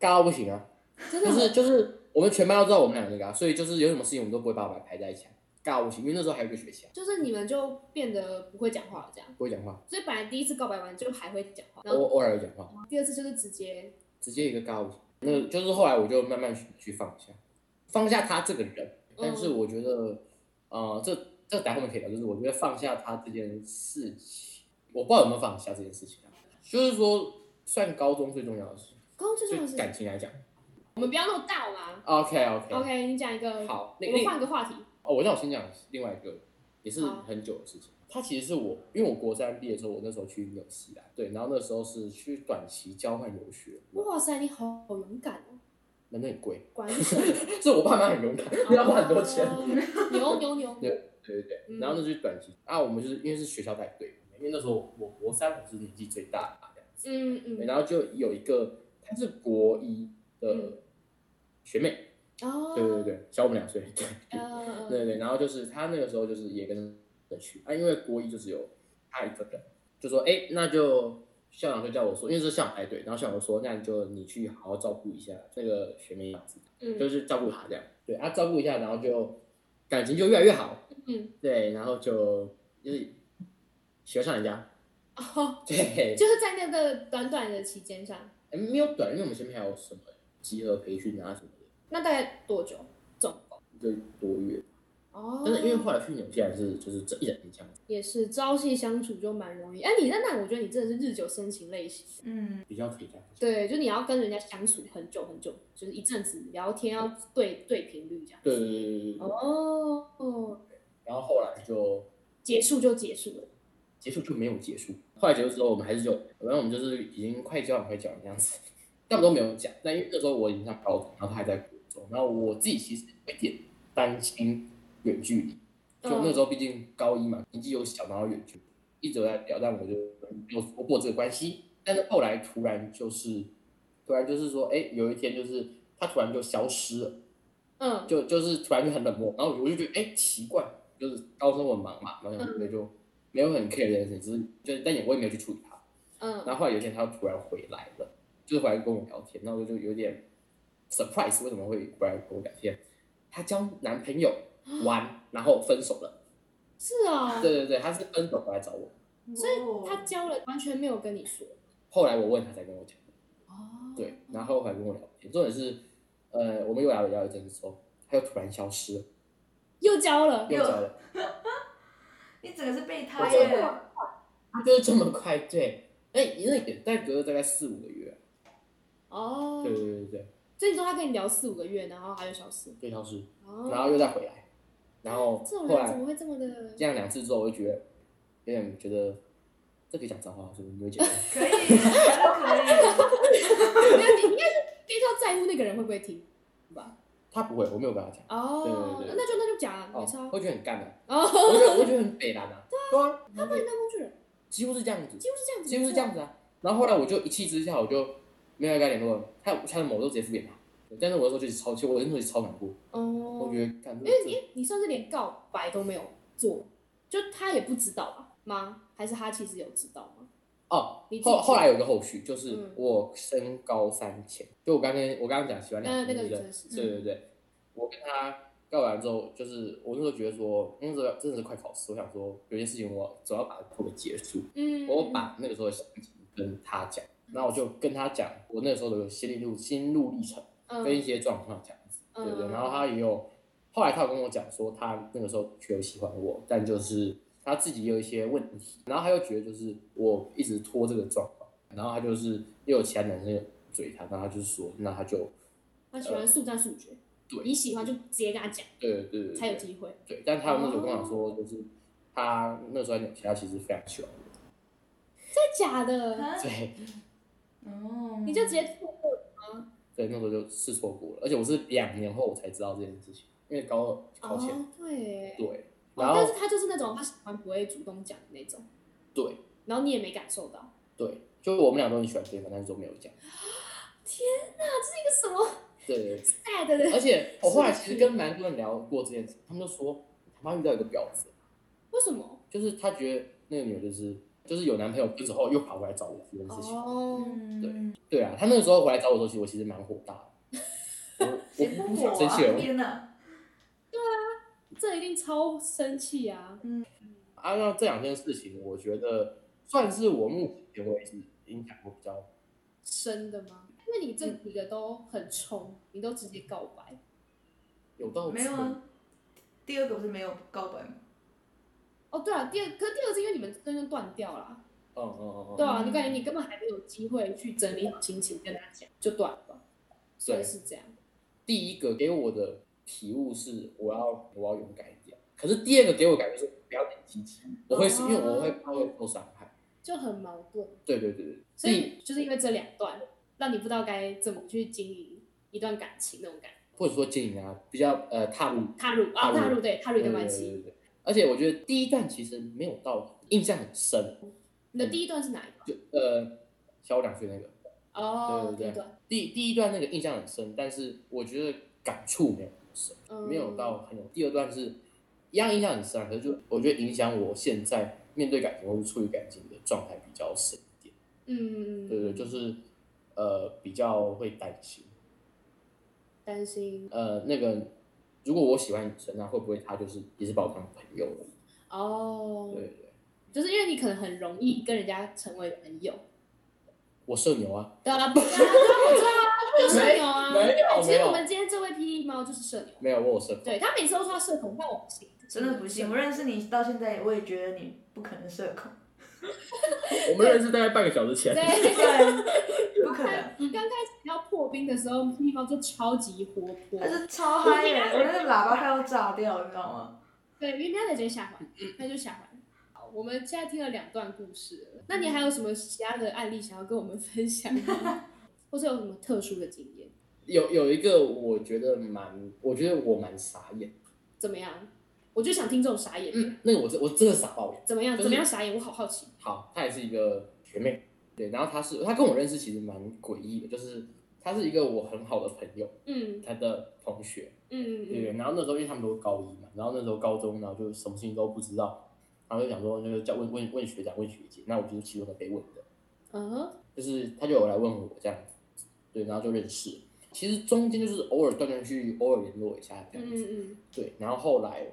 S4: 尬到不行啊！
S2: 真的
S4: 就
S2: 很
S4: 是就是，我们全班都知道我们两个尬，所以就是有什么事情我们都不会把我们排在一起啊，尬到不行。因为那时候还有一个学期啊，
S2: 就是你们就变得不会讲话了，这样。
S4: 不会讲话，
S2: 所以本来第一次告白完就还会讲话，然
S4: 偶
S2: 后
S4: 偶尔有讲话，
S2: 第二次就是直接
S4: 直接一个尬到不行。那就是后来我就慢慢去去放下，放下他这个人，但
S2: 嗯
S4: 是我觉得，呃，这这待会我们可以聊，就是我觉得放下他这件事情，我不知道有没有放下这件事情啊，就是说算高中最重要的事，
S2: 高中最重要的
S4: 就
S2: 事
S4: 感
S2: 情。
S4: 情来讲
S2: 我们不要那么大嘛。
S4: ，OK OK，,
S2: OK，你讲一个，
S4: 好，
S2: 我
S4: 那
S2: 们
S4: 那
S2: 换个话题。
S4: 哦，我那我先讲另外一个，也是
S2: 好
S4: 很久的事情。它其实是我，因为我国三毕业之后，我那时候去纽西兰，对，然后那时候是去短期交换游学，
S2: 哇塞，你好好勇敢哦，
S4: 那那很贵，
S2: 果然是
S4: 是我爸妈很勇敢， 要花很多钱。
S2: 哦牛牛牛，
S4: 对对对，
S2: 嗯
S4: 然后那就是短期，啊，我们就是因为是学校带队，因为那时候我我国三我是年纪最大的这样子，
S2: 嗯嗯，
S4: 对然后就有一个她是国一
S2: 嗯
S4: 的学妹，
S2: 哦，
S4: 对对，对，小我们两岁，对
S2: 呃，
S4: 对对，然后就是他那个时候就是也跟着去，啊，因为国一就只有他一个人，就说哎、诶那就校长就叫我说，因为是校长排队，然后校长就说，那你就你去好好照顾一下那个学妹这样子，就
S2: 嗯，
S4: 是照顾她这样，对，啊照顾一下，然后就感情就越来越好，
S2: 嗯，
S4: 对，然后就就是喜欢上人家，
S2: 哦，
S4: 对，
S2: 就是在那个短短的期间上，
S4: 诶没有短，因为我们前面还有什么集合培训啊什么的，
S2: 那大概多久？总共？
S4: 一个多月，
S2: 哦，
S4: 但是因为后来去纽西兰是就是这一整天这样，
S2: 也是朝夕相处就蛮容易。哎、你在那，我觉得你真的是日久生情类型。
S3: 嗯，
S4: 比较可以这样，
S2: 对，就你要跟人家相处很久很久，就是一阵子聊天要对对频率这样。
S4: 对对对对对对。
S2: 哦哦，
S4: 然后后来就
S2: 结束就结束了。
S4: 结束就没有结束，后来结束之后我们还是有，然后我们就是已经快交往快交往这样子， 但我们都没有讲。但因为那时候我已经上高中，然后他还在国中，然后我自己其实有一点担心远距离，
S2: 嗯
S4: 就那时候毕竟高一嘛，年纪又小，然后远距离一直有在聊，但我就没有说破这个关系。但是后来突然就是，突然就是说，哎，有一天就是他突然就消失了。
S2: 嗯，
S4: 就就是突然就很冷漠，然后我就觉得哎、奇怪，就是高中我很忙嘛，然后
S2: 嗯
S4: 就就没有很 care 这件事情，只是就是但也我也没有去处理它。
S2: 嗯
S4: 然后后来有一天他突然回来了，就是回来跟我聊天，然后我就有点 surprise，为什么会回来跟我聊天？她交男朋友 玩，然后分手了。
S2: 是啊、
S4: 对对对，她是分手回来找我，
S3: 嗯
S2: 所
S3: 以
S2: 他交了完全没有跟你说。
S4: 后来我问她才跟我讲。
S2: 哦，
S4: 对，然后后来跟我聊天，重点是，呃，我们又聊了聊一阵子之后，她又突然消失了，
S2: 又交了。
S4: 又交了。
S3: 你整个是备胎
S4: 我
S3: 耶
S4: 真的，他就是这么快，对，哎、那也大概隔了大概四五个月，
S2: 哦，
S4: 对对对对，
S2: 所以你说他跟你聊四五个月，然后还有消失。
S4: 对消失，
S2: 哦，
S4: 然后又再回来，然后
S2: 这种
S4: 后
S2: 人怎
S4: 来
S2: 么会这么的？
S4: 这样两次之后，我就觉得有点觉得这可以讲脏话，是不是？你 会讲，
S3: 可以，都可以。
S2: 没有，你应该是比较在乎那个人会不会听吧？
S4: 他不会，我没有跟他讲，
S2: 哦，
S4: 对对对
S2: 那就那就讲啊，没
S4: 哦，
S2: 差。
S4: 会觉得很干的、
S2: 哦，
S4: 我觉得我觉得很北蓝 啊，对啊，
S2: 他把你当工具人，
S4: 几乎是这样子，
S2: 几乎是这样子，
S4: 几乎是这样子啊，然后后来我就一气之下，我就没有跟他联络了，他他的某都直接敷衍他，对但是我那时候就是超气，我那时候就是超难过，
S2: 哦
S4: 我，觉得干这
S2: 因为
S4: 这
S2: 你你算是连告白都没有做，就他也不知道吧？吗？还是他其实有知道吗？
S4: 哦，
S2: 你自己
S4: 后后
S2: 觉
S4: 来有个后续，就是
S2: 嗯
S4: 我升高三前，就我刚跟我刚刚讲喜欢
S2: 得呃
S4: 两
S2: 那个
S4: 女
S2: 女
S4: 生，
S2: 生是
S4: 对对对，我跟他告完之后，就是我那时候觉得说，那时候真的是快考试，我想说有些事情我总要把它做个结束，
S2: 嗯，
S4: 我把那个时候的心情跟他讲，然后我就跟他讲我那个时候的心路心路历程
S2: 嗯
S4: 跟一些状况这样子，对不对？然后他也有后来他有跟我讲说，他那个时候确实喜欢我，但就是他自己也有一些问题，然后他又觉得就是我一直拖这个状况，然后他就是又有其他男生追他，然后他就是说，那他就
S2: 他喜欢速战速决，
S4: 呃对
S2: 你喜欢就直接跟他讲，
S4: 对对对
S2: 才有
S4: 对
S2: 机哦会。
S4: 对，但他那时候跟我讲说，就是他那时候在纽西兰其实非常喜欢我，
S2: 真的假的？
S3: 啊
S4: 对，
S3: 哦，
S2: 你就直接错过了。
S4: 对，那时候就试错过了，而且我是两年后我才知道这件事情，因为高二考前，
S2: 哦，对。
S4: 对，
S2: 哦
S4: 然，后、
S2: 但是他就是那种他喜欢不会主动讲的那种，
S4: 对
S2: 然后你也没感受到。
S4: 对，就我们俩都很喜欢对方，但是都没有讲。
S2: 天哪，这是一个什么
S4: 对对，对
S2: sad 的人？
S4: 而且我后来其实跟蛮多人聊过这件事，他们就说他妈遇到一个婊子，
S2: 为什么？
S4: 就是他觉得那个女的就是就是有男朋友分手后又跑回来找我这件事情。
S2: 哦，
S3: 嗯，
S4: 对啊，他那个时候回来找我的时候，其实我其实蛮火大 的，我我
S3: 谁
S4: 不
S3: 不
S4: 想
S3: 火
S4: 生气
S3: 啊？
S4: 了
S3: 天哪！
S2: 这一定超生气啊！
S4: 啊。那这两件事情，我觉得算是我目前为止影响我比较
S2: 深的吗？因为你这几个都很冲，你都直接告白。
S4: 有到
S3: 没有啊，第二个不是没有告白吗？
S2: 哦，对了，第二，可是第二个是因为你们真的断掉了。啊
S4: 嗯嗯嗯
S2: 对
S4: 嗯，
S2: 啊，你感觉你根本还没有机会去整理好心情跟他讲，就断了，所以是这样。
S4: 第一个给我的体悟是我要我要勇敢一点，可是第二个给我感觉是不要太积极，我会、因为我会怕会受伤害。
S2: 就很矛盾。
S4: 对对对对，
S2: 所以就是因为这两段，让你不知道该怎么去经营一段感情那种感觉。
S4: 或者说经营啊，比较呃踏入
S2: 踏入啊，
S4: 踏入
S2: 踏入对踏入一段关
S4: 对对
S2: 系。
S4: 对对而且我觉得第一段其实没有到印象很深，
S2: 你的第一段是哪一段？
S4: 就呃小我两岁那个，
S2: 哦，第
S4: 对
S2: 一
S4: 对对
S2: 段，
S4: 第第一段那个印象很深，但是我觉得感触没有那么深，
S2: 嗯
S4: 没有。到很有。第二段是一样印象很深啊，可是就我觉得影响我现在面对感情或是处理感情的状态比较深一点。
S2: 嗯，
S4: 对对，就是呃比较会担心，
S2: 担心
S4: 呃那个如果我喜欢女生，那啊会不会她就是也是把我当朋友了？
S2: 哦
S4: 呃对，对对，
S2: 就是因为你可能很容易跟人家成为朋友。
S4: 我社牛啊，
S2: 对啊，对啊，对啊，我知道啊，有社牛啊。
S4: 没没有
S2: 其实
S4: 没有
S2: 我们今天这位霹雳猫就是社牛，
S4: 没有我有社恐。
S2: 对他每次都说他社恐，但我不信，
S3: 真的不信，我认识你到现在，我也觉得你不可能社恐，
S4: 我们认识大概半个小时前
S2: 对。
S3: 对，不可能。
S2: 你刚开始要破冰的时候，地方就超级活泼
S3: 他，是超嗨耶、我那个喇叭快要炸掉，你知道吗？
S2: 对，因为喵姐姐下环，那就下环。好，我们现在听了两段故事了，那你还有什么其他的案例想要跟我们分享吗？或者有什么特殊的经验？
S4: 有有一个我觉得蛮，我觉得我蛮傻眼。
S2: 怎么样？我就想听这种傻眼的，
S4: 嗯，那个我真我真的傻爆眼。
S2: 怎么样？
S4: 就是
S2: 怎么样傻眼？我好好奇。
S4: 好，她也是一个学妹，对，然后她是她跟我认识其实蛮诡异的，就是她是一个我很好的朋友，
S2: 嗯
S4: 她的同学，
S2: 嗯
S4: 对，
S2: 嗯
S4: 然后那时候因为他们都是高一嘛，然后那时候高中，然后就什么事情都不知道，然后就想说那个叫问问问学长问学姐，那我就是其中的被问的，
S2: 嗯哼，
S4: 就是他就有来问我这样子，对，然后就认识了。其实中间就是偶尔断断续续，偶尔联络一下这样子，
S2: 嗯
S4: 对，然后后来，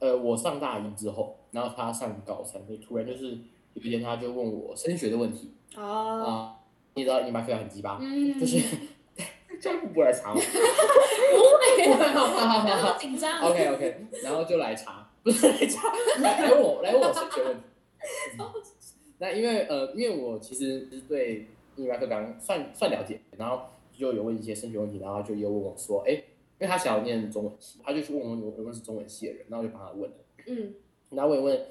S4: 呃，我上大一之后，然后他上高三，就突然就是有一天他就问我升学的问题
S2: 嗯，哦，
S4: 啊、你知道你马克很鸡巴，
S2: 嗯，
S4: 就是 教育部来查我，
S2: 不会，啊不 要
S4: 哈。
S2: 好紧张。
S4: OK OK，然后就来查， 不是来查，来来问我来问我升学问题。那因为呃，因为我其实是对英语麦克刚算算了解，然后就有问一些升学问题，然后就又问我说，哎，因为他想要念中文系，他就去问我有有认识中文系的人，然后我就帮他问了，
S2: 嗯，
S4: 然后问一问，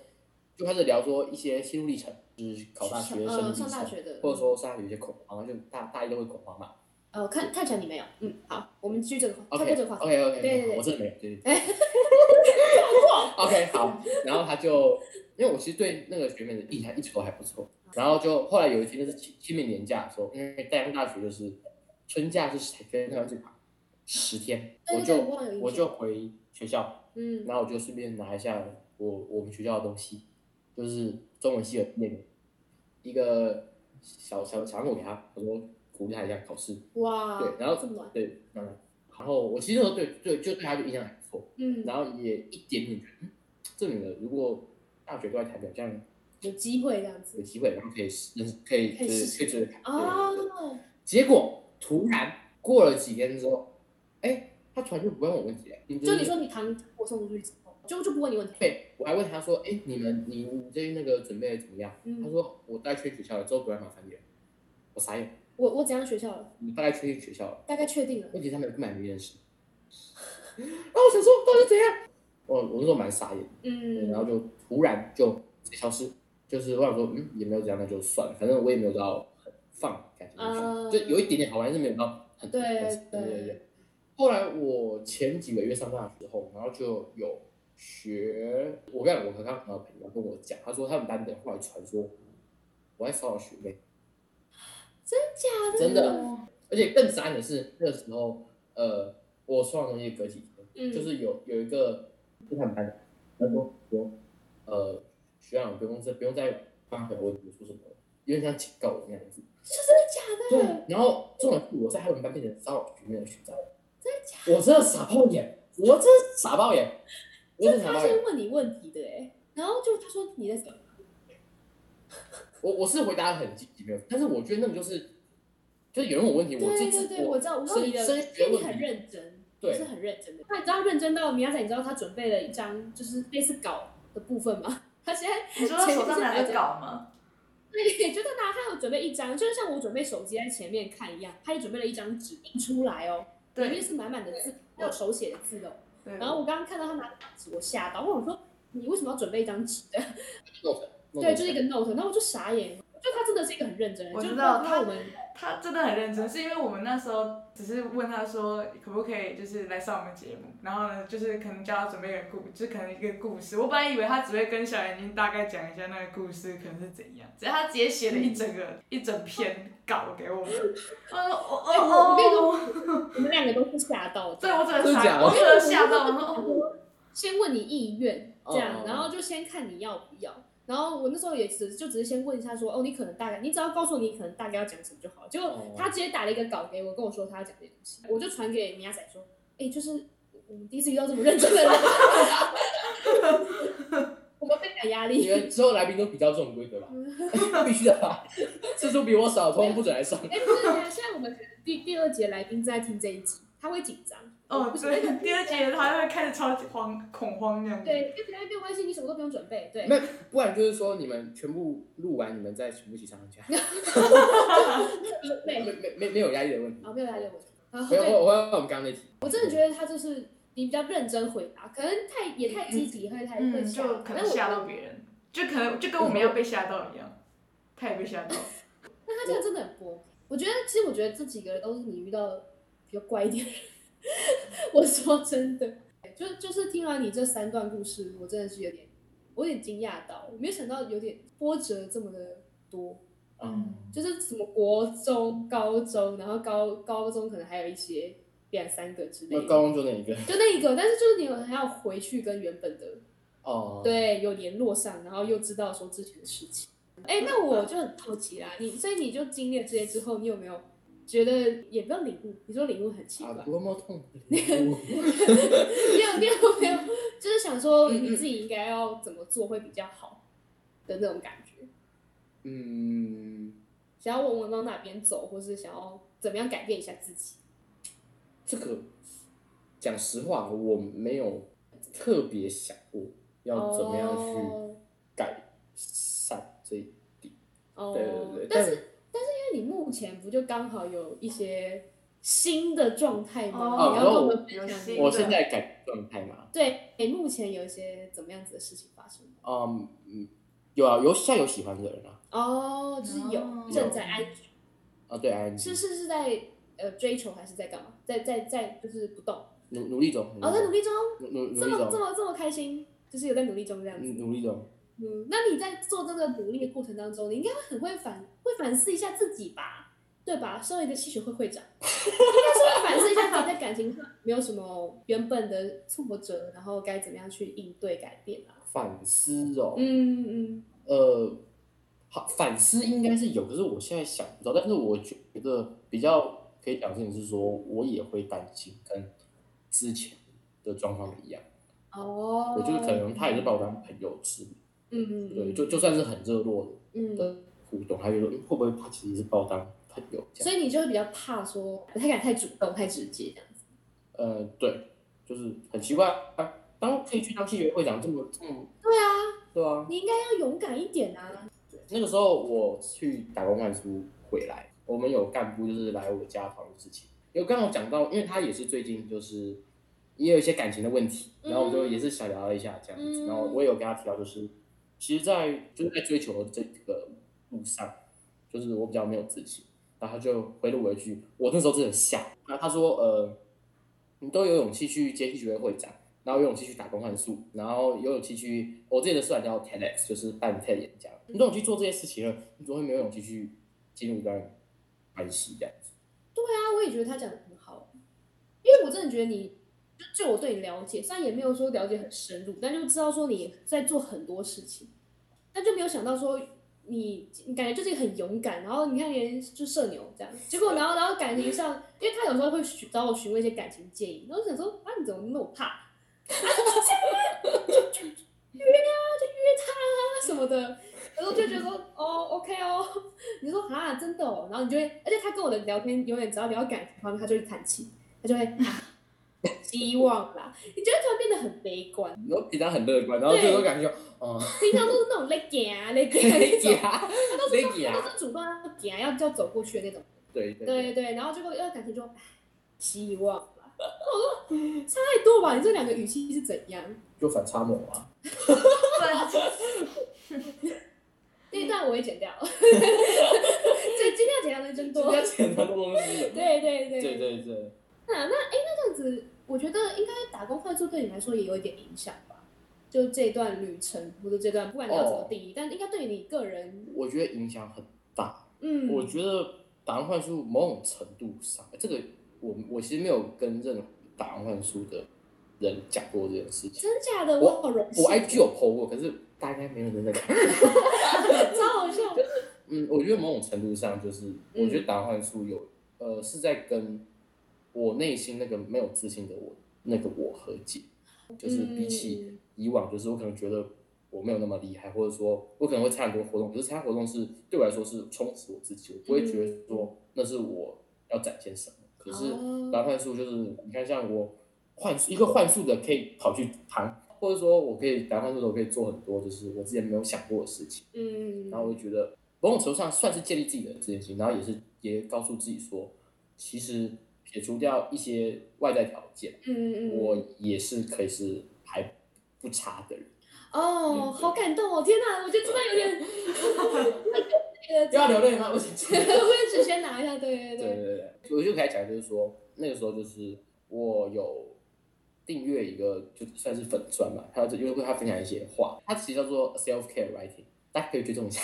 S4: 就开始聊说一些心路历程，就是考大学生
S2: 呃，
S4: 历程
S2: 上，大学的，
S4: 或者说上大学有些恐慌，就大大一都会恐慌嘛。
S2: 呃，看看起来你没有，嗯，好，我们继续这个话，跳
S4: OK
S2: 过这个话
S4: OK
S2: 题。
S4: OK，
S2: 对对对
S4: 我真的没有，对对 对。OK，好，然后他就，因为我其实对那个学妹的印象一直都还不错，
S2: 嗯
S4: 然后就后来有一天就是清清明年假的时候，因为淡江大学就是春假是跟台湾最长十天，
S2: 对
S4: 我
S2: 对对
S4: 就
S2: 我有印象
S4: 我就回学校，
S2: 嗯
S4: 然后我就顺便拿一下我我们学校的东西，就是中文系的那个一个小小小糖果给他，我说鼓励他一下考试，
S2: 哇，
S4: 对，然后
S2: 这么暖，
S4: 对，当然，然后我其实那时候对对就对他就印象还不错，
S2: 嗯，
S4: 然后也一点点觉得，嗯这女的如果大学都在台北，这样
S2: 有机会这样子
S4: 有机会，然后可以认识，可以
S2: 可以
S4: 就
S2: 试
S4: 是
S2: 试
S4: 可以追着看。对对对
S2: 哦，
S4: 结果突然过了几天之后，哎，他突然就不问我问题了，
S2: 就你说你糖果送出去之后，就就不问你问题，
S4: 对，我还问他说，哎，你们你你对那个准备得怎么样？
S2: 嗯
S4: 他说我大概圈学校了，之后不要麻烦你了。我傻眼，
S2: 我我怎样学校了，
S4: 你大概圈学校了。
S2: 大概确定了，
S4: 问题是他们根本还没认识。 然后我想说到底是怎样？我我那时候蛮傻眼的，对然后
S2: 嗯，
S4: 就突然就消失，就是我想说嗯也没有怎样，那就算了，反正我也没有到很放感觉
S2: 嗯
S4: 就有一点点好玩，但是没有到很
S2: 对
S4: 很深
S2: 对
S4: 对对对。后来我前几个月上大学后，然后就有学，我跟你讲我刚刚朋友跟我讲，他说他们班的后来传说我在骚扰学妹，
S2: 假的？
S4: 真的，而且更傻眼的是那个时候，呃，我收到东西隔几天，
S2: 嗯，
S4: 就是有有一个是他们班的，他说说，呃，学长不用再不用再发表我读书什么了，有点像警告我那样子。
S2: 是真的假的？
S4: 对，然后重点是我在他们班变成骚扰局面的学长，
S2: 真的假的？
S4: 我真的傻爆眼，我真的傻爆眼，我真
S2: 就
S4: 的傻
S2: 他
S4: 爆眼
S2: 先。问你问题的哎，然后就他说你在什么？
S4: 我我是回答的很积极没有，但是我觉得那个就是，就是有人问我问题，我
S2: 对对
S4: 这次
S2: 对，我知道，我知道你的，
S4: 深
S2: 因为
S4: 深
S2: 你
S4: 学问
S2: 很
S4: 题
S2: 认真，
S4: 对
S2: 你是很认真的。那你知道认真到米亚仔，你知道他准备了一张就是类似稿的部分吗？ 他现在
S3: 你说他手上拿着稿吗？
S2: 对，就在拿他有准备一张，就是像我准备手机在前面看一样，他也准备了一张纸印出来哦，里面
S3: 对
S2: 是满满的字，还有手写的字哦。
S3: 对，
S2: 然后我刚刚看到他拿纸，我吓到，我想说你为什么要准备一张纸？
S4: 弄
S2: 对，
S4: 得
S2: 就是一个 note，那我就傻眼，就他真的是一个很认真的人，
S3: 我
S2: 就
S3: 知
S2: 包
S3: 道
S2: 括
S3: 他
S2: 我们
S3: 他真的很认真，是因为我们那时候只是问他说可不可以就是来上我们节目，然后呢就是可能叫他准备一个故，就是可能一个故事。我本来以为他只会跟小眼睛大概讲一下那个故事可能是怎样，只是他直接写了一整个、一整篇稿给我们。我说哦
S2: 哎我我跟你说
S3: 哦哦，
S2: 我们两个都是吓到的。
S3: 对我整个
S4: 真的假
S3: 傻，
S4: 的
S3: 我整个吓到，我说哦，
S2: 先问你意愿，这样
S4: 哦，
S2: 然后就先看你要不要。然后我那时候也只就只是先问一下说，哦，你可能大概，你只要告诉我你可能大概要讲什么就好。结果
S4: 哦嗯
S2: 他直接打了一个稿给我，跟我说他要讲这个东西，我就传给米亚仔说，哎，就是我们第一次遇到这么认真 的人，我们倍感压
S4: 你
S2: 力。
S4: 们之后来宾都比较这种规则吧， 必须的吧，次数比我少，通通不准来上。
S2: 哎，不是啊，现在我们可能第第二节来宾正在听这一集，他会紧张。
S3: 哦，对，第二节他会开始超级慌恐慌那样子。
S2: 对，跟别人没有关系，你什么都不用准备。对，
S4: 那不然就是说你们全部录完，你们再全部一起上去，
S2: 累
S4: 没没没没有压力的问题。
S2: 啊，没有来问我。啊，
S4: 我
S2: 对，
S4: 我我要我们刚刚那题，
S2: 我真的觉得他就是你比较认真回答，可能太也太积极，会太会
S3: 嗯，
S2: 吓
S3: 就
S2: 到，
S3: 可
S2: 但
S3: 能
S2: 我
S3: 吓
S2: 觉
S3: 到
S2: 得
S3: 别人，就可能就跟我们要被吓到一样，他也被吓到。
S2: 那他这个真的很不 OK。我觉得其实我觉得这几个都是你遇到的比较怪一点的人。 我说真的，就就是听完你这三段故事，我真的是有点我有点惊讶到，我没有想到有点波折这么的多。
S4: 嗯，
S2: 就是什么国中、高中，然后高高中可能还有一些两三个之类
S4: 那
S2: 的，
S4: 高中就那一个
S2: 就那一个，但是就是你还要回去跟原本的
S4: 哦，，
S2: 对有联络上，然后又知道说之前的事情。哎，那我就很好奇啦，你所以你就经历了这些之后，你有没有觉得也不要领悟？你说领悟很奇怪
S4: 啊，，多么痛苦的礼物，
S2: 你有你有 没有 就是想说
S4: 嗯嗯嗯
S2: 你自己应该要怎么做会比较好的那种感觉？
S4: 嗯。
S2: 想要往往往哪边走，或是想要怎么样改变一下自己？
S4: 这个讲实话，我没有特别想过要怎么样去
S2: 哦
S4: 改善这一点。
S2: 哦，
S4: 对对对，
S2: 但
S4: 但
S2: 是因为你目前不就刚好有一些新的状态吗？
S3: 哦
S2: 你要跟我
S4: 哦
S2: 们分
S3: 有
S2: 享
S3: 新
S2: 一
S3: 的
S2: 下。
S4: 我现在改状态嘛，
S2: 对，你目前有一些怎么样子的事情发生吗？
S4: 嗯嗯，有啊，有现在有喜欢的人啊，
S2: 哦，就是有、
S3: 哦
S2: 正在安
S4: 啊对，安
S2: 是
S4: 静，
S2: 是是在呃追求还是在干嘛？在在在就是不动
S4: 努努力中，
S2: 哦，在努力中，
S4: 嗯努努努
S2: 这
S4: 力
S2: 么这
S4: 中，嗯
S2: 么这么开心，就是有在努力中这样子。
S4: 努努力中，
S2: 嗯，那你在做这个努力的过程当中，你应该会很会反会反思一下自己吧，对吧？身为一个戏学会会长，应该是会反思一下自己在感情上没有什么原本的挫折，然后该怎么样去应对改变啊？
S4: 反思哦，
S2: 嗯嗯
S4: 呃，好，反思应该是有，可是我现在想不到。但是我觉得比较可以讲的事情是说，我也会担心，跟之前的状况一样。
S2: 嗯，哦，
S4: 我就是可能他也是把我当朋友吃，
S2: 嗯嗯嗯
S4: 对，就就算是很热络
S2: 嗯
S4: 的互动，他就说嗯会不会他其实是把我当朋友这
S2: 所
S4: 样？
S2: 以你就会比较怕说不太敢太主动、太直接这样子。
S4: 呃，对，就是很奇怪啊。当可以去当戏学会长这么这么，
S2: 对啊，
S4: 对啊，
S2: 你应该要勇敢一点啊！
S4: 那个时候我去打工换书回来，我们有干部就是来我家讨论事情，有刚好讲到，因为他也是最近就是也有一些感情的问题，
S2: 嗯
S4: 然后我就也是小聊了一下这样子，
S2: 嗯
S4: 然后我也有跟他提到，就是其实在，就是在追求这个路上，就是我比较没有自信，然后他就回了我一句，我那时候真的吓。然后他说，呃，你都有勇气去接替学会会长，然后有勇气去打工换宿，然后有勇气去，我自己的社团叫 TEDx，就是办 TED 演讲。你都有去做这些事情了，你怎么会没有勇气去进入一段关系这样子？
S2: 啊，我也觉得他讲的很好，因为我真的觉得你，就就我对你了解，虽然也没有说了解很深入，但就知道说你在做很多事情，但就没有想到说你，你感觉就是一个很勇敢，然后你看连就社牛这样，结果然后然后感情上，因为他有时候会询找我询问一些感情建议，然后我想说啊你怎么那么怕？ 啊就就就约啊，就约他啊什么的，然后就觉得说哦，OK 哦，你就说啊，真的哦，然后你就会，而且他跟我的聊天永远只要聊感情方面，他就会叹气，他就会啊，希望啦，你就会突然变得很悲观，
S4: 然后平常很乐观，然后
S2: 对
S4: 这时候感觉，哦、
S2: 平常都是那种 累劲啊累 劲啊那种，
S4: 呀，
S2: 他都是
S4: 累
S2: 他
S4: 啊
S2: 都是主动要劲啊要要走过去的那种，
S4: 对对
S2: 对对，然后结果要感情就唉希望啦，我说差太多吧，你这两个语气是怎样？
S4: 就反差萌啊。
S2: 那一段我也剪 掉，所以 今天要剪掉的真多
S4: 比，较简单的东西。
S2: 对对对
S4: 对对对，
S2: 那那哎，那这样子，我觉得应该打工换宿对你来说也有一点影响吧？就这段旅程或者这段，不管你要怎
S4: 哦
S2: 么定义，但应该对你个人，
S4: 我觉得影响很大。
S2: 嗯，
S4: 我觉得打完幻术某种程度上，这个我我其实没有跟任何打完幻术的人讲过这件事情。
S2: 真假的，
S4: 我
S2: 我好荣幸，
S4: 我 IG 有 PO 过，可是大家应该没有人在看。
S2: 超好笑，
S4: 嗯，我觉得某种程度上就是，
S2: 嗯
S4: 我觉得打幻术有呃是在跟我内心那个没有自信的我那个我和解，就是比起
S2: 嗯
S4: 以往就是我可能觉得我没有那么厉害，或者说我可能会参加很多活动，可是参加活动是对我来说是充实我自己，我不会觉
S2: 嗯
S4: 得说那是我要展现什么。可是
S2: 哦
S4: 打幻术就是你看，像我幻术一个幻术的可以跑去谈，或者说我可以打幻术的我可以做很多就是我之前没有想过的事情，
S2: 嗯，
S4: 然后我就觉得某种程度上算是建立自己的自信心，然后也是也告诉自己说，其实撇除掉一些外在条件，
S2: 嗯嗯，
S4: 我也是可以是还不差的人。嗯
S2: 哦，好感动哦，天哪，我觉得这段有点，
S4: 不要流泪吗？我想讲
S2: 我也只先拿一下，对对
S4: 对对对，对我就开始讲，就是说那个时候就是我有订阅一个就算是粉砖嘛，他就因为会他分享一些话，他其实叫做 self care writing，大家可以追踪一 下。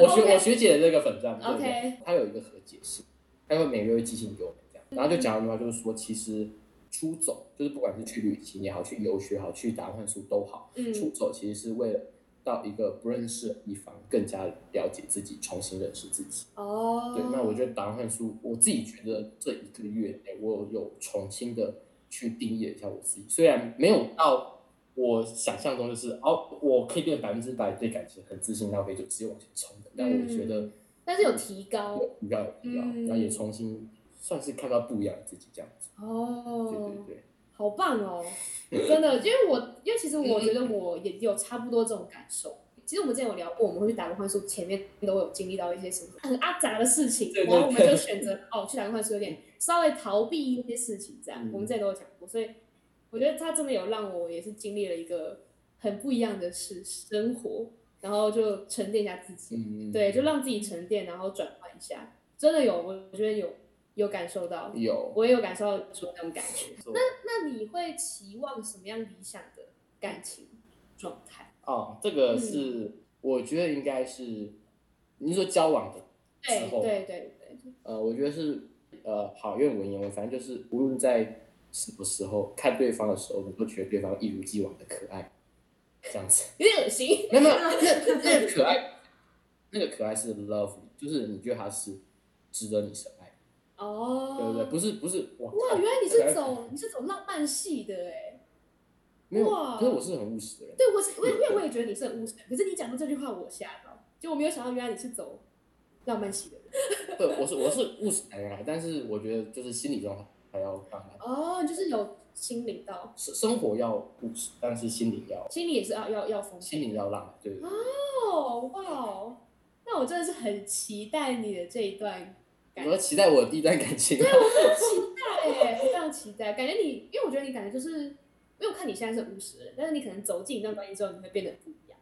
S4: 我学
S2: OK
S4: 我学姐的这个粉砖对不
S2: OK
S4: 对？他有一个和解信，他会每个月会寄信给我们这样，然后就讲一句话，就是说其实出走，就是不管是去旅行也好，去游学也好，去打工换书都好，出
S2: 嗯，
S4: 走其实是为了到一个不认识的地方，更加了解自己，重新认识自己。
S2: 哦，
S4: 对，那我觉得打完换书，我自己觉得这一个月内，我有重新的去定义了一下我自己，虽然没有到我想象中就是哦，我可以变百分之百对感情很自信，然后可以就直接往前冲的，但我觉得
S2: 但是有提高，
S4: 有比较有必要，
S2: 嗯
S4: 然后也重新算是看到不一样的自己这样子。对
S2: 哦，
S4: 对对，
S2: 好棒哦，真的，因为我因为其实我
S4: 嗯
S2: 觉得我也有差不多这种感受。其实我们之前有聊过，我们会去打工换宿，前面都有经历到一些什么很阿杂的事情，
S4: 对对
S2: 然后我们就选择哦去打工换宿，有点稍微逃避一些事情，这样、
S4: 嗯
S2: 我们之前都有讲过，所以我觉得他真的有让我也是经历了一个很不一样的事生活，然后就沉淀一下自己，
S4: 嗯，
S2: 对，就让自己沉淀，然后转换一下，真的有，我我觉得有有感受到，
S4: 嗯有。
S2: 我也有感受到说那种感觉。
S4: 做
S2: 那你会期望什么样理想的感情状态？
S4: 哦，这
S2: 嗯
S4: 个是、我觉得应该是你说交往的
S2: 对
S4: 之后，
S2: 对对对，
S4: 呃，我觉得是呃好愿文言文，反正就是无论在什么时候看对方的时候，你都觉得对方一如既往的可爱，这样子。
S2: 有点恶心。
S4: 没有没有，那那个可爱，那个可爱是 lovely，就是你觉得他是值得你深爱，
S2: 哦，
S4: 对不对？不是不是哇
S2: 哇，原来你
S4: 可爱
S2: 是走你是走浪漫系的哎。
S4: 没有
S2: 哇，
S4: 可是我是很务实的人。
S2: 对，我是我因为我也觉得你是很务实，可是你讲出这句话我吓到，就我没有想到原来你是走浪漫系的人。
S4: 对，我是我是务实男人啊，但是我觉得就是心理状态还要让他
S2: 哦，就是有心灵到，
S4: 生生活要务实，但是心灵要
S2: 心灵也是要要要丰富。
S4: 心灵要浪漫，对对对。
S2: 哦，哇哦，那我真的是很期待你的这一段
S4: 你
S2: 感
S4: 说期待我的第一段感情吗？啊
S2: 期待哎、我非常期待。感觉你，因为我觉得你感觉就是，因为我看你现在是五十人，但是你可能走进一段关系之后，你会变得不一样。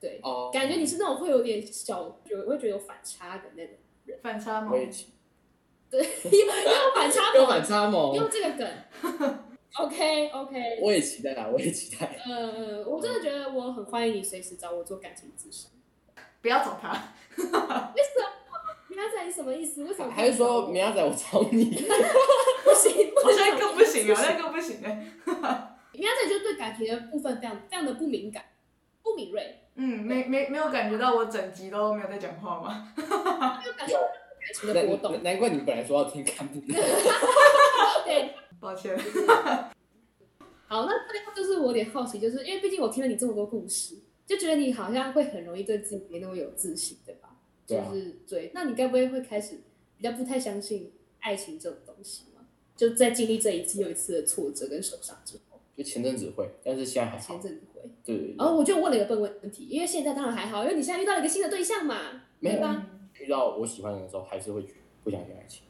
S2: 对，
S4: 哦，
S2: 感觉你是那种会有点小，有会觉得有反差的那种。人，
S3: 反差
S4: 我
S3: 萌，
S4: 也起
S2: 又反差
S4: 又
S2: 萌，
S4: 反差 萌
S2: 用，这个梗。OK OK，
S4: 我也期待啦，我也期待。
S2: 呃，我真的觉得我很欢迎你随时找我做感情咨询。
S3: 不要找 他，
S2: 为什么？你刚才你什么意思？为什么？
S4: 还是说明仔我找 你？
S2: 不行？
S3: 好像 更不行啊，那更不行哎。
S2: 你刚才就对感情的部分非常非常的不敏感、不敏锐，
S3: 嗯，没没没有感觉到我整集都没有在讲话吗？
S2: 没有感受到感情的
S4: 难
S2: 波动。
S4: 难难怪你本来说要听干部的，
S2: 对，
S3: 抱歉，
S2: 好，那最后就是我有点好奇，就是因为毕竟我听了你这么多故事，就觉得你好像会很容易对自己没那么有自信，对吧？
S4: 对
S2: 就
S4: 啊
S2: 是对，那你该不会会开始比较不太相信爱情这种东西吗？就在经历这一次又一次的挫折跟受伤之后，
S4: 就前阵子会，但是现在还
S2: 前
S4: 好。
S2: 阵哦子会。
S4: 对对对，
S2: 然后我就问了一个笨问题，因为现在当然还好，因为你现在遇到了一个新的对象嘛，
S4: 没
S2: 对
S4: 有
S2: 吧？
S4: 遇到我喜欢的人的时候，还是会觉得不相信爱情。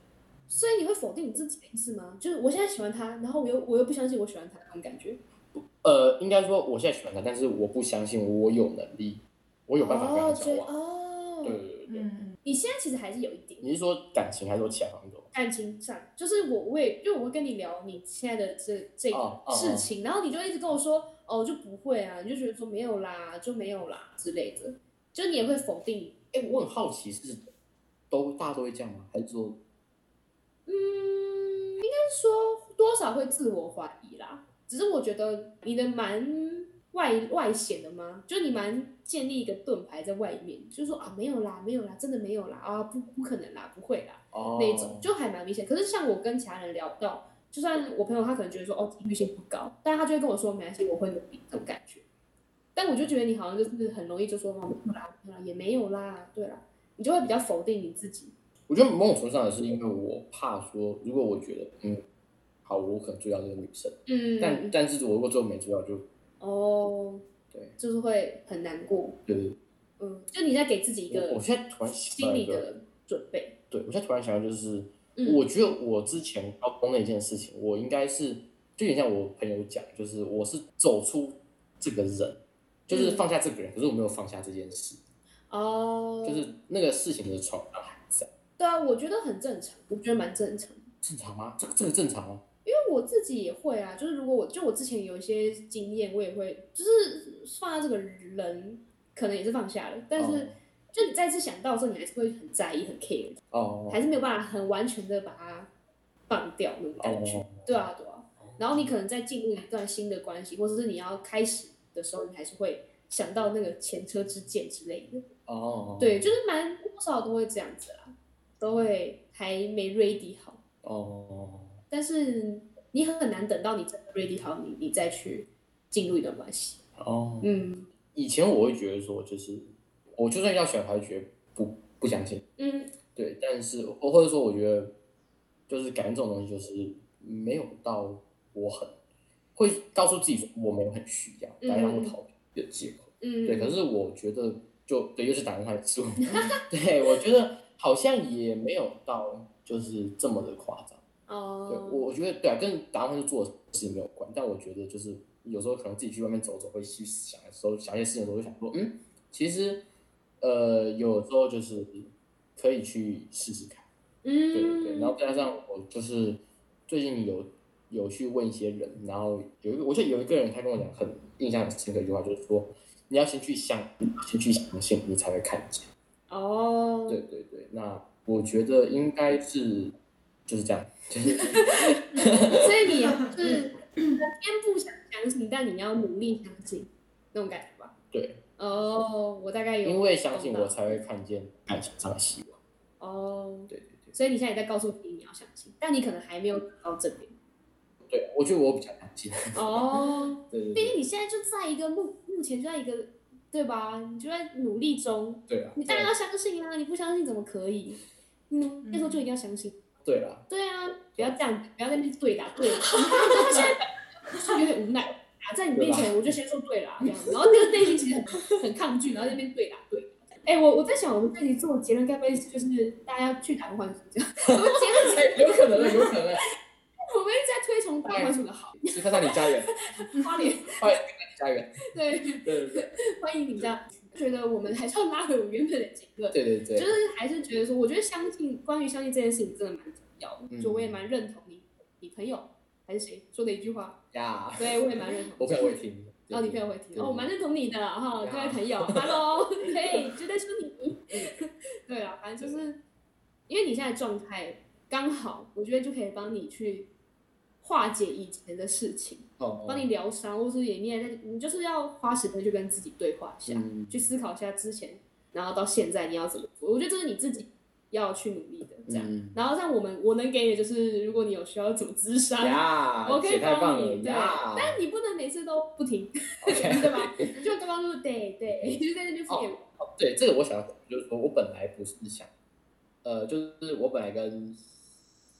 S2: 所以你会否定你自己的意思吗？就是我现在喜欢他，然后我又我又不相信我喜欢他那种感觉。
S4: 呃，应该说我现在喜欢他，但是我不相信我有能力，我有办法跟他
S2: 哦，
S4: 交
S2: 觉得
S4: 往。
S2: 哦，
S4: 对对对对，
S3: 嗯，
S2: 你现在其实还是有一点
S4: 你是说感情还是说其他方面都？
S2: 感情上，就是我我也因为我会跟你聊你现在的这这个
S4: 哦哦
S2: 事情，然后你就一直跟我说哦就不会啊，你就觉得说没有啦，就没有啦之类的，就你也会否定，
S4: 哎、我很好奇是都大家都会这样吗？还是说
S2: 嗯，应该说多少会自我怀疑啦。只是我觉得你的蛮外外显的吗？就你蛮建立一个盾牌在外面，就说啊没有啦，没有啦，真的没有啦，啊不不可能啦，不会啦。
S4: 哦
S2: 那一种，就还蛮明显。可是像我跟其他人聊到，就算我朋友他可能觉得说哦几率性不高，但他就会跟我说没关系，我会努力这种感觉。但我就觉得你好像就是很容易就说哦没有啦，没有啦也没有啦，对啦，你就会比较否定你自己。
S4: 我觉得某种程度上也是因为我怕说，如果我觉得嗯，好，我可能追到这个女生，
S2: 嗯，
S4: 但但是我如果最后没追到，就
S2: 哦，
S4: 对
S2: 就是会很难过。
S4: 就是
S2: 嗯，就你在给自己一
S4: 我
S2: 个
S4: 我现在突然想
S2: 心
S4: 到
S2: 理
S4: 一个，
S2: 的准备。
S4: 对我现在突然想到就是，
S2: 嗯
S4: 我觉得我之前高中的一件事情，我应该是就有点像我朋友讲，就是我是走出这个人，就是
S2: 嗯
S4: 放下这个人，可是我没有放下这件事，
S2: 哦，
S4: 就是那个事情的创伤还在，
S2: 对啊，我觉得很正常，我觉得蛮正常的。
S4: 正常吗？这个这个正常吗？
S2: 因为我自己也会啊，就是如果我就我之前有一些经验，我也会就是放下这个人，可能也是放下了，但是、
S4: 哦
S2: 就你再次想到的时候，你还是会很在意、很 care，
S4: 哦，
S2: 还是没有办法很完全的把它放掉那种感觉。
S4: 哦
S2: 对啊，对啊。然后你可能在进入一段新的关系，或者是你要开始的时候，你还是会想到那个前车之鉴之类的。
S4: 哦，
S2: 对，就是蛮多少都会这样子啦，都会还没 ready 好。
S4: 哦，
S2: 但是你很难等到你真的 ready 好，你你再去进入一段关系。
S4: 哦，
S2: 嗯
S4: 以前我会觉得说，就是我就算要选，还是觉得不不相信。
S2: 嗯，
S4: 对，但是我或者说，我觉得就是感情这种东西，就是没有到我很会告诉自己说我没有很需要，
S2: 嗯
S4: 来让我逃避的借口。
S2: 嗯，
S4: 对，可是我觉得就对，又是打电话来 说，对我觉得好像也没有到就是这么的夸张。对，
S2: 哦，
S4: 我我觉得对啊，跟打算去做的事情没有关，但我觉得就是有时候可能自己去外面走走，会去想的时候，想一些事情的时候，就想说，嗯，其实呃，有时候就是可以去试试看，
S2: 嗯，
S4: 对对对。然后再加上我就是最近有有去问一些人，然后有一个，我记得有一个人他跟我讲很印象很深刻一句话，就是说你要先去相，你要先去相信，你才会看见。
S2: 哦，
S4: 对对对，那我觉得应该是就是这样，就是。
S2: 所以你就是先不想相信，但你要努力相信那种感觉吧。
S4: 对，
S2: 哦，我大概有，
S4: 因为相信
S2: 懂
S4: 我
S2: 到
S4: 才会看见爱情上的希望。
S2: 哦，
S4: 对对对，
S2: 所以你现在也在告诉自己你要相信，但你可能还没有到这边。
S4: 对我觉得我比较相信。
S2: 哦，
S4: 对对
S2: 毕
S4: 对
S2: 竟你现在就在一个目目前就在一个对吧？你就在努力中，
S4: 对啊，
S2: 你当然要相信啊！你不相信怎么可以？嗯，那时候就一定要相信。
S4: 对啦，
S2: 对啊，不要这样，不要在那边对打对打。他现在就是有点无奈打在你面前，我就先说对啦，这样。然后那个内心其实很很抗拒，然后在那边对打对打。哎、我我在想，我们这里做结论该不会是就是大家去打工换宿这样？ 我们结论是，
S4: 有可能啊的，有可 能的。
S2: 我们一直在推崇打工换宿的好，
S4: 是看上你家园，
S3: 嗯
S2: 花莲
S4: 欢迎看上你家园。
S2: 对。
S4: 对对对，
S2: 欢迎你这样。觉得我们还是要拉回我们原本的结论，
S4: 对对对，
S2: 就是还是觉得说，我觉得相信关于相信这件事情真的蛮重要的，
S4: 嗯
S2: 就我也蛮认同你你朋友还是谁说的一句话，
S4: 呀，
S2: 对我也蛮认同。
S4: 我朋友会听。
S2: 哦，你朋友会听
S4: 对
S2: 哦，我蛮认同你的哈，
S4: 对啊嗯
S2: 各位 朋友，Hello，对， 就在说你， 对啊，反正就是因为你现在状态刚好，我觉得就可以帮你去化解以前的事情，
S4: 哦，
S2: 帮你疗伤，或是也你也在，你就是要花时间去跟自己对话一下，
S4: 嗯
S2: 去思考一下之前，然后到现在你要怎么做，我觉得这是你自己要去努力的，这样。
S4: 嗯
S2: 然后像我们，我能给你的就是，如果你有需要怎么咨商，
S4: 呀，
S2: 我可以
S4: 写太棒
S2: 帮
S4: 了
S2: 你，对
S4: 呀，
S2: 但你不能每次都不停，
S4: OK
S2: 对吧？就刚刚说对对， 就在那边敷衍我。
S4: 哦 对，这个我想要讲，就是说我本来不是想，呃，就是我本来跟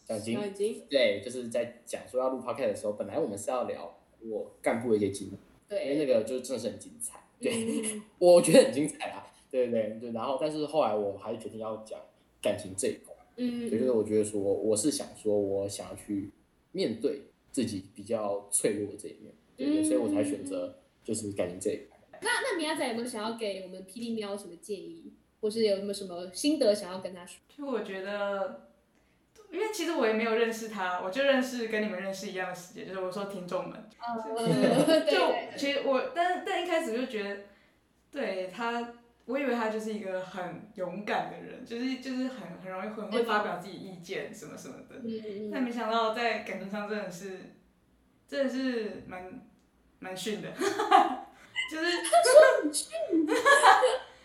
S4: 小金
S2: 然后已经
S4: 对，就是在讲说要录 podcast 的时候，本来我们是要聊我干部的一些经历，因为
S2: 对，
S4: 那个就真的是很精彩，对，
S2: 嗯
S4: 我觉得很精彩啊， 对对对，对然后但是后来我还是决定要讲感情这一块，
S2: 嗯，
S4: 对，就是我觉得说我是想说我想要去面对自己比较脆弱的这一面，对对，
S2: 嗯
S4: 所以我才选择就是感情这一块。
S2: 那啊那米亚仔有没有想要给我们霹雳喵什么建议，或是有没有什么心得想要跟他说？
S3: 就我觉得，因为其实我也没有认识他，我就认识跟你们认识一样的时间，就是我说听众们，
S2: 呃，对，
S3: 就其实我，但但一开始就觉得，对他，我以为他就是一个很勇敢的人，就是就是很很容易很会发表自己意见什么什么的，
S2: 嗯
S3: 但没想到在感情上真的是，真的是蛮蛮逊的， 就是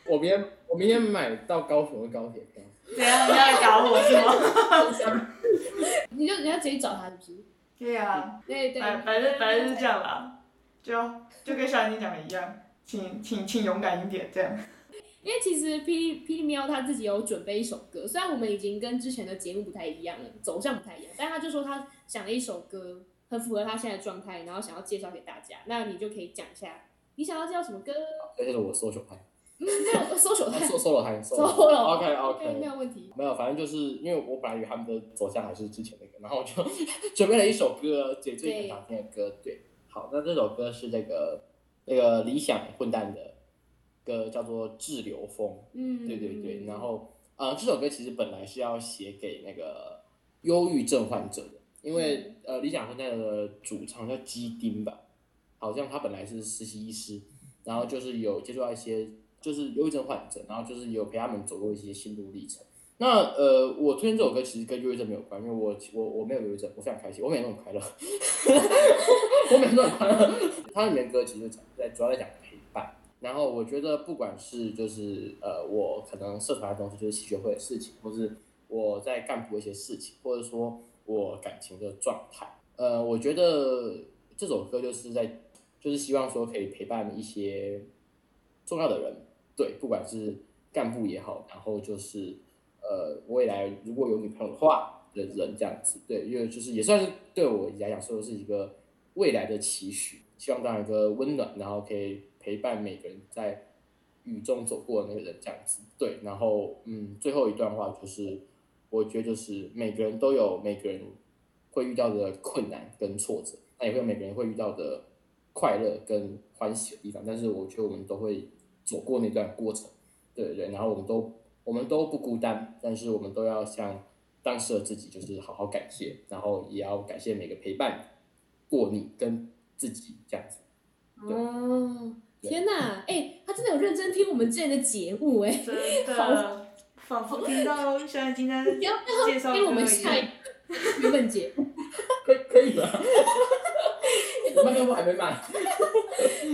S4: 我明天我明天买到高雄的高铁票，
S3: 怎样你要来打我是吗？
S2: 嗯， 你就你要直接找他是不是？
S3: 对呀、啊。
S2: 对对，
S3: 反反正反正是这样啦，就就跟小林讲的一样，请请请勇敢一点，这样。
S2: 因为其实霹雳霹雳喵他自己有准备一首歌，虽然我们已经跟之前的节目不太一样了，走向不太一样，但他就说他想了一首歌，很符合他现在的状态，然后想要介绍给大家。那你就可以讲一下你想要介绍什么歌？
S4: 这就是我搜求派，
S2: 嗯，那我搜索
S4: 啊
S2: 看，
S4: 搜搜了还搜
S2: Solo
S4: OK
S2: 没
S4: OK，
S2: 有问题。
S4: 没有，反正就是因为我本来以为他们的走向还是之前那个，然后我就 准备了一首歌，对，最近很常听的歌，对，好，那这首歌是那个那个理想混蛋的歌，叫做《滞留风》。
S2: 嗯，
S4: 对对对，然后呃，这首歌其实本来是要写给那个忧郁症患者的，因为、
S2: 嗯
S4: 呃，理想混蛋的主唱叫基丁吧，好像他本来是实习医师，然后就是有接触到一些就是忧郁症患者，然后就是有陪他们走过一些心路历程。那呃，我推荐这首歌其实跟忧郁症没有关，因为我我我没有忧郁症，我非常开心，我每天都很快乐， 我每天都很快乐。 它里面的歌其实讲在主要在讲陪伴。然后我觉得不管是就是呃，我可能社团的东西，就是系学会的事情，或是我在干部的一些事情，或者说我感情的状态，呃，我觉得这首歌就是在就是希望说可以陪伴一些重要的人，对，不管是干部也好，然后就是呃，未来如果有女朋友的话的人这样子，对，因为就是也算是对我来讲说是一个未来的期许，希望当一个温暖，然后可以陪伴每个人在雨中走过的那个人这样子，对，然后嗯，最后一段话就是，我觉得就是每个人都有每个人会遇到的困难跟挫折，那也会有每个人会遇到的快乐跟欢喜的地方，但是我觉得我们都会走过那段过程，对对对，然后我们都我们都不孤单，但是我们都要向当时的自己就是好好感谢，然后也要感谢每个陪伴过你跟自己这样子。对
S2: 哦，
S4: 对
S2: 天哪，哎、他真的有认真听我们之前的节目哎、
S3: 真
S2: 好
S3: 的，仿佛听到小眼睛在
S2: 不 要
S3: 介绍
S2: 因为我们
S3: 歌一
S2: 下一
S3: 样。
S2: 个原本节目。
S4: 可以可以吗？我 麦克风还没买。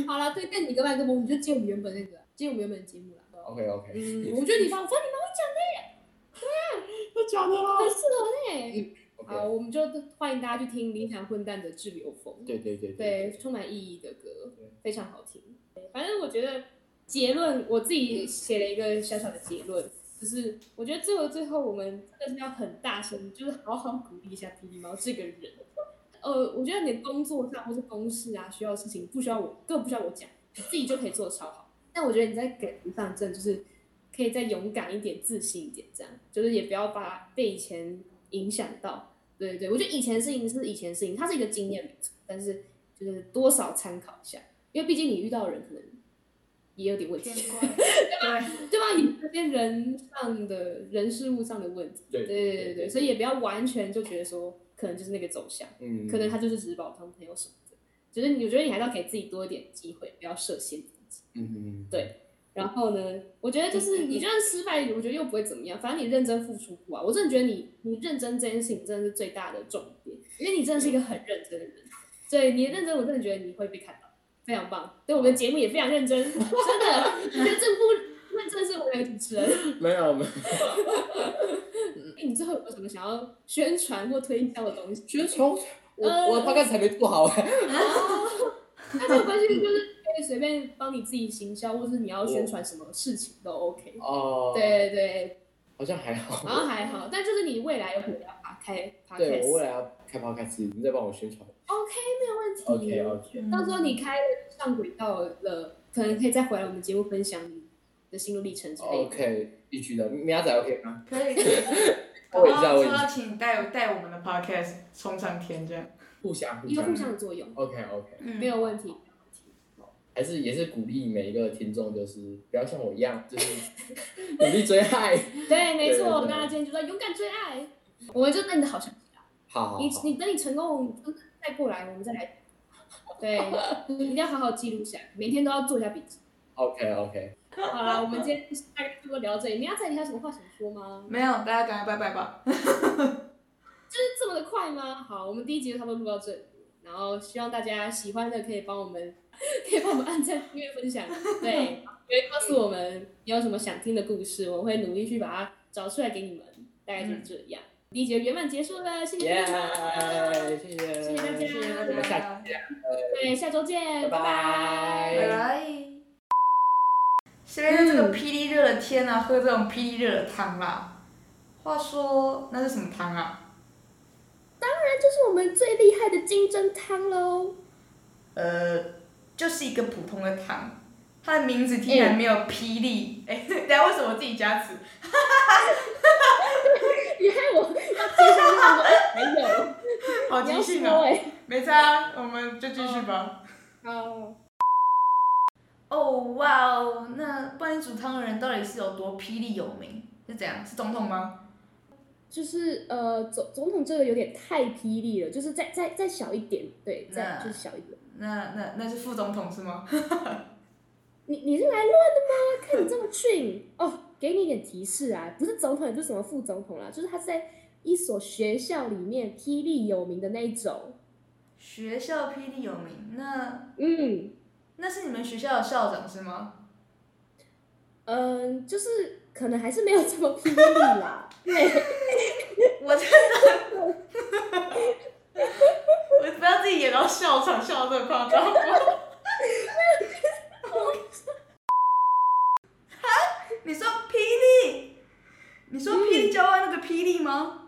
S2: 好了，对，但你跟麦克风，我们就接我们原本那个，接我们原本的节目了。
S4: OK OK，
S2: 嗯，我觉得你蛮，我发现你蛮会讲哎的耶，
S4: 真假的啦
S2: 很适合嘞。好，
S4: ？OK，
S2: 我们就欢迎大家去听《理想混蛋的滞留风》。
S4: 对对对
S2: 对，充满意义的歌
S4: 对，
S2: 非常好听。反正我觉得结论，我自己写了一个小小的结论，就是我觉得最后最后我们真的是要很大声，就是好好鼓励一下霹雳猫这个人。 呃，我觉得你的工作上或是公事啊，需要的事情不需要我，根本不需要我讲，你自己就可以做的超好。但我觉得你在感情上真的就是可以再勇敢一点、自信一点，这样就是也不要把被以前影响到。对对，我觉得以前的事情是以前的事情，它是一个经验没错，但是就是多少参考一下，因为毕竟你遇到的人可能也有点问题
S3: 偏， 怪，对，
S2: 对吧？有这些人上的人事物上的问题，
S4: 对
S2: 对对对对，所以也不要完全就觉得说可能就是那个走向，
S4: 嗯，
S2: 可能他就是只是把我当朋友什么的，就是你我觉得你还是要给自己多一点机会，不要设限自己。
S4: 嗯，嗯，
S2: 对然后呢，我觉得就是你就算失败，我觉得又不会怎么样，反正你认真付出过啊。我真的觉得你你认真这件事情真的是最大的重点，因为你真的是一个很认真的人，所以你认真，我真的觉得你会被看到，非常棒。对我们的节目也非常认真，真的，我觉得这部认真是我们的主持人。
S4: 没有没有，
S2: 哎你最后有没有什么想要宣传或推销的东西？
S4: 觉得从我
S2: 嗯
S4: 我大概才没做好 哎，
S2: 那没有关系，就是可以随便帮你自己行销，或是你要宣传什么事情都 OK。
S4: 哦，，
S2: 对对，
S4: 好像还 好，
S2: 然后还好，但就是你未来有可能要打开 p
S4: 对
S2: o
S4: 我未来要开抛开始，你再帮我宣传
S2: OK，没有问题。
S4: ，OK 嗯 OK，
S2: 到时候你开了上轨道了，可能可以再回来我们节目分享你的心路历程之类的。
S4: 哦 OK，必须的，明仔 OK 啊吗？
S3: 嗯可以。 然
S4: 问一下
S3: 后
S4: 问
S3: 说
S4: 一
S3: 要
S4: 下，
S3: 请带带我们的 podcast 冲上天这样，
S4: 互相互
S2: 一个互
S4: 相
S2: 相的作用，
S4: ，OK OK，
S3: 嗯
S2: 没有问题。
S4: 还是也是鼓励每一个听众，就是不要像我一样，就是 努力追爱，
S2: 对，没
S4: 嗯对对
S2: 错，
S4: 对
S2: 大家今天就说勇敢追爱，我们就等你的好消息啊。
S4: 好好
S2: 你
S4: 好，
S2: 你等你成功，就是再过来，我们再来。对，一定要好好记录下来，每天都要做一下笔记。
S4: ，OK OK，
S2: 好了，我们今天大概就聊这里。你要再你还有什么话想说吗？
S3: 没有，大家赶快拜拜吧。
S2: 是这么的快吗？好，我们第一集就差不多录到这里，然后希望大家喜欢的可以帮我们， 可以帮我们按赞、订阅、分享，对，也会告诉我们你有什么想听的故事，我会努力去把它找出来给你们。大概就是这样，第一集圆满结束了，谢谢
S4: 耶
S2: 大家，，
S4: 谢
S2: 谢
S4: 谢，
S2: 谢大家
S3: 谢谢大
S4: 我们下期
S3: 家，
S2: 对，下周见，拜拜
S3: 拜拜。哎谁在这个霹雳热的天啊，喝这种霹雳热的汤啦？话说那是什么汤啊？
S2: 就是我们最厉害的金针汤喽。
S3: 呃，就是一个普通的汤，它的名字竟然没有霹雳。哎、等下为什么我自己加词？
S2: 你害我要接下去 想说，哎还有，
S3: 好
S2: 你
S3: 即
S2: 要
S3: 兴
S2: 说
S3: 啊！
S2: 哎、
S3: 没差，我们就继续吧。
S2: 好，
S3: 哦哇哦，那帮你煮汤的人到底是有多霹雳有名？是怎样？是总统吗？
S2: 就是呃，总总统这个有点太霹雳了，就是再再再小一点，对，再
S3: 那
S2: 就是小一点。
S3: 那那那是副总统是吗？
S2: 你你是来乱的吗？看你这么逊哦，给你一点提示啊，不是总统也不是什么副总统啦，就是他是在一所学校里面霹雳有名的那一种。
S3: 学校霹雳有名，那
S2: 嗯
S3: 那是你们学校的校长是吗？
S2: 嗯、就是可能还是没有这么霹雳啦。 啊对。
S3: 我真的，我不要自己演到校长笑得这么夸张。 哈，你说霹雳？你说霹雳教官那个霹雳吗？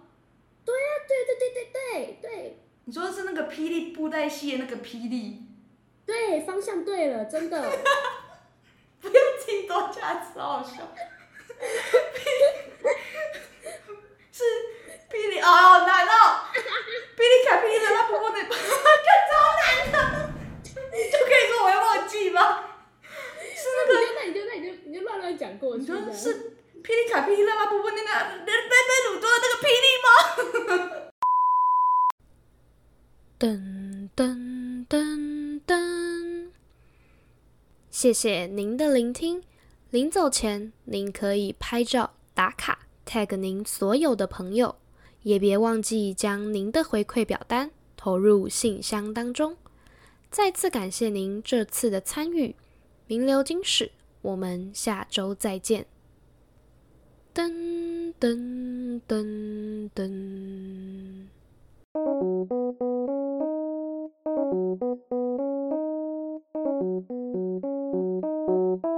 S2: 对对对对对对
S3: 你说是那个霹雳布袋戏的那个霹雳？
S2: 对，方向对了，真 的。
S3: 不用自己多加词，好笑。 是霹雳哦，好难哦！霹雳卡霹雳的，他婆婆的， 看超难的，就可以说我要忘记吗？是那个，
S2: 那你就那你就那你就你就乱乱讲过去
S3: 你
S2: 这样。
S3: 说是霹雳卡霹雳拉拉婆婆的那那那那鲁多的那个霹雳吗？
S1: 噔噔噔噔。谢谢您的聆听。临走前，您可以拍照打卡，tag 您所有的朋友，也别忘记将您的回馈表单投入信箱当中。再次感谢您这次的参与，名流金史，我们下周再见。噔噔噔噔。
S5: Thank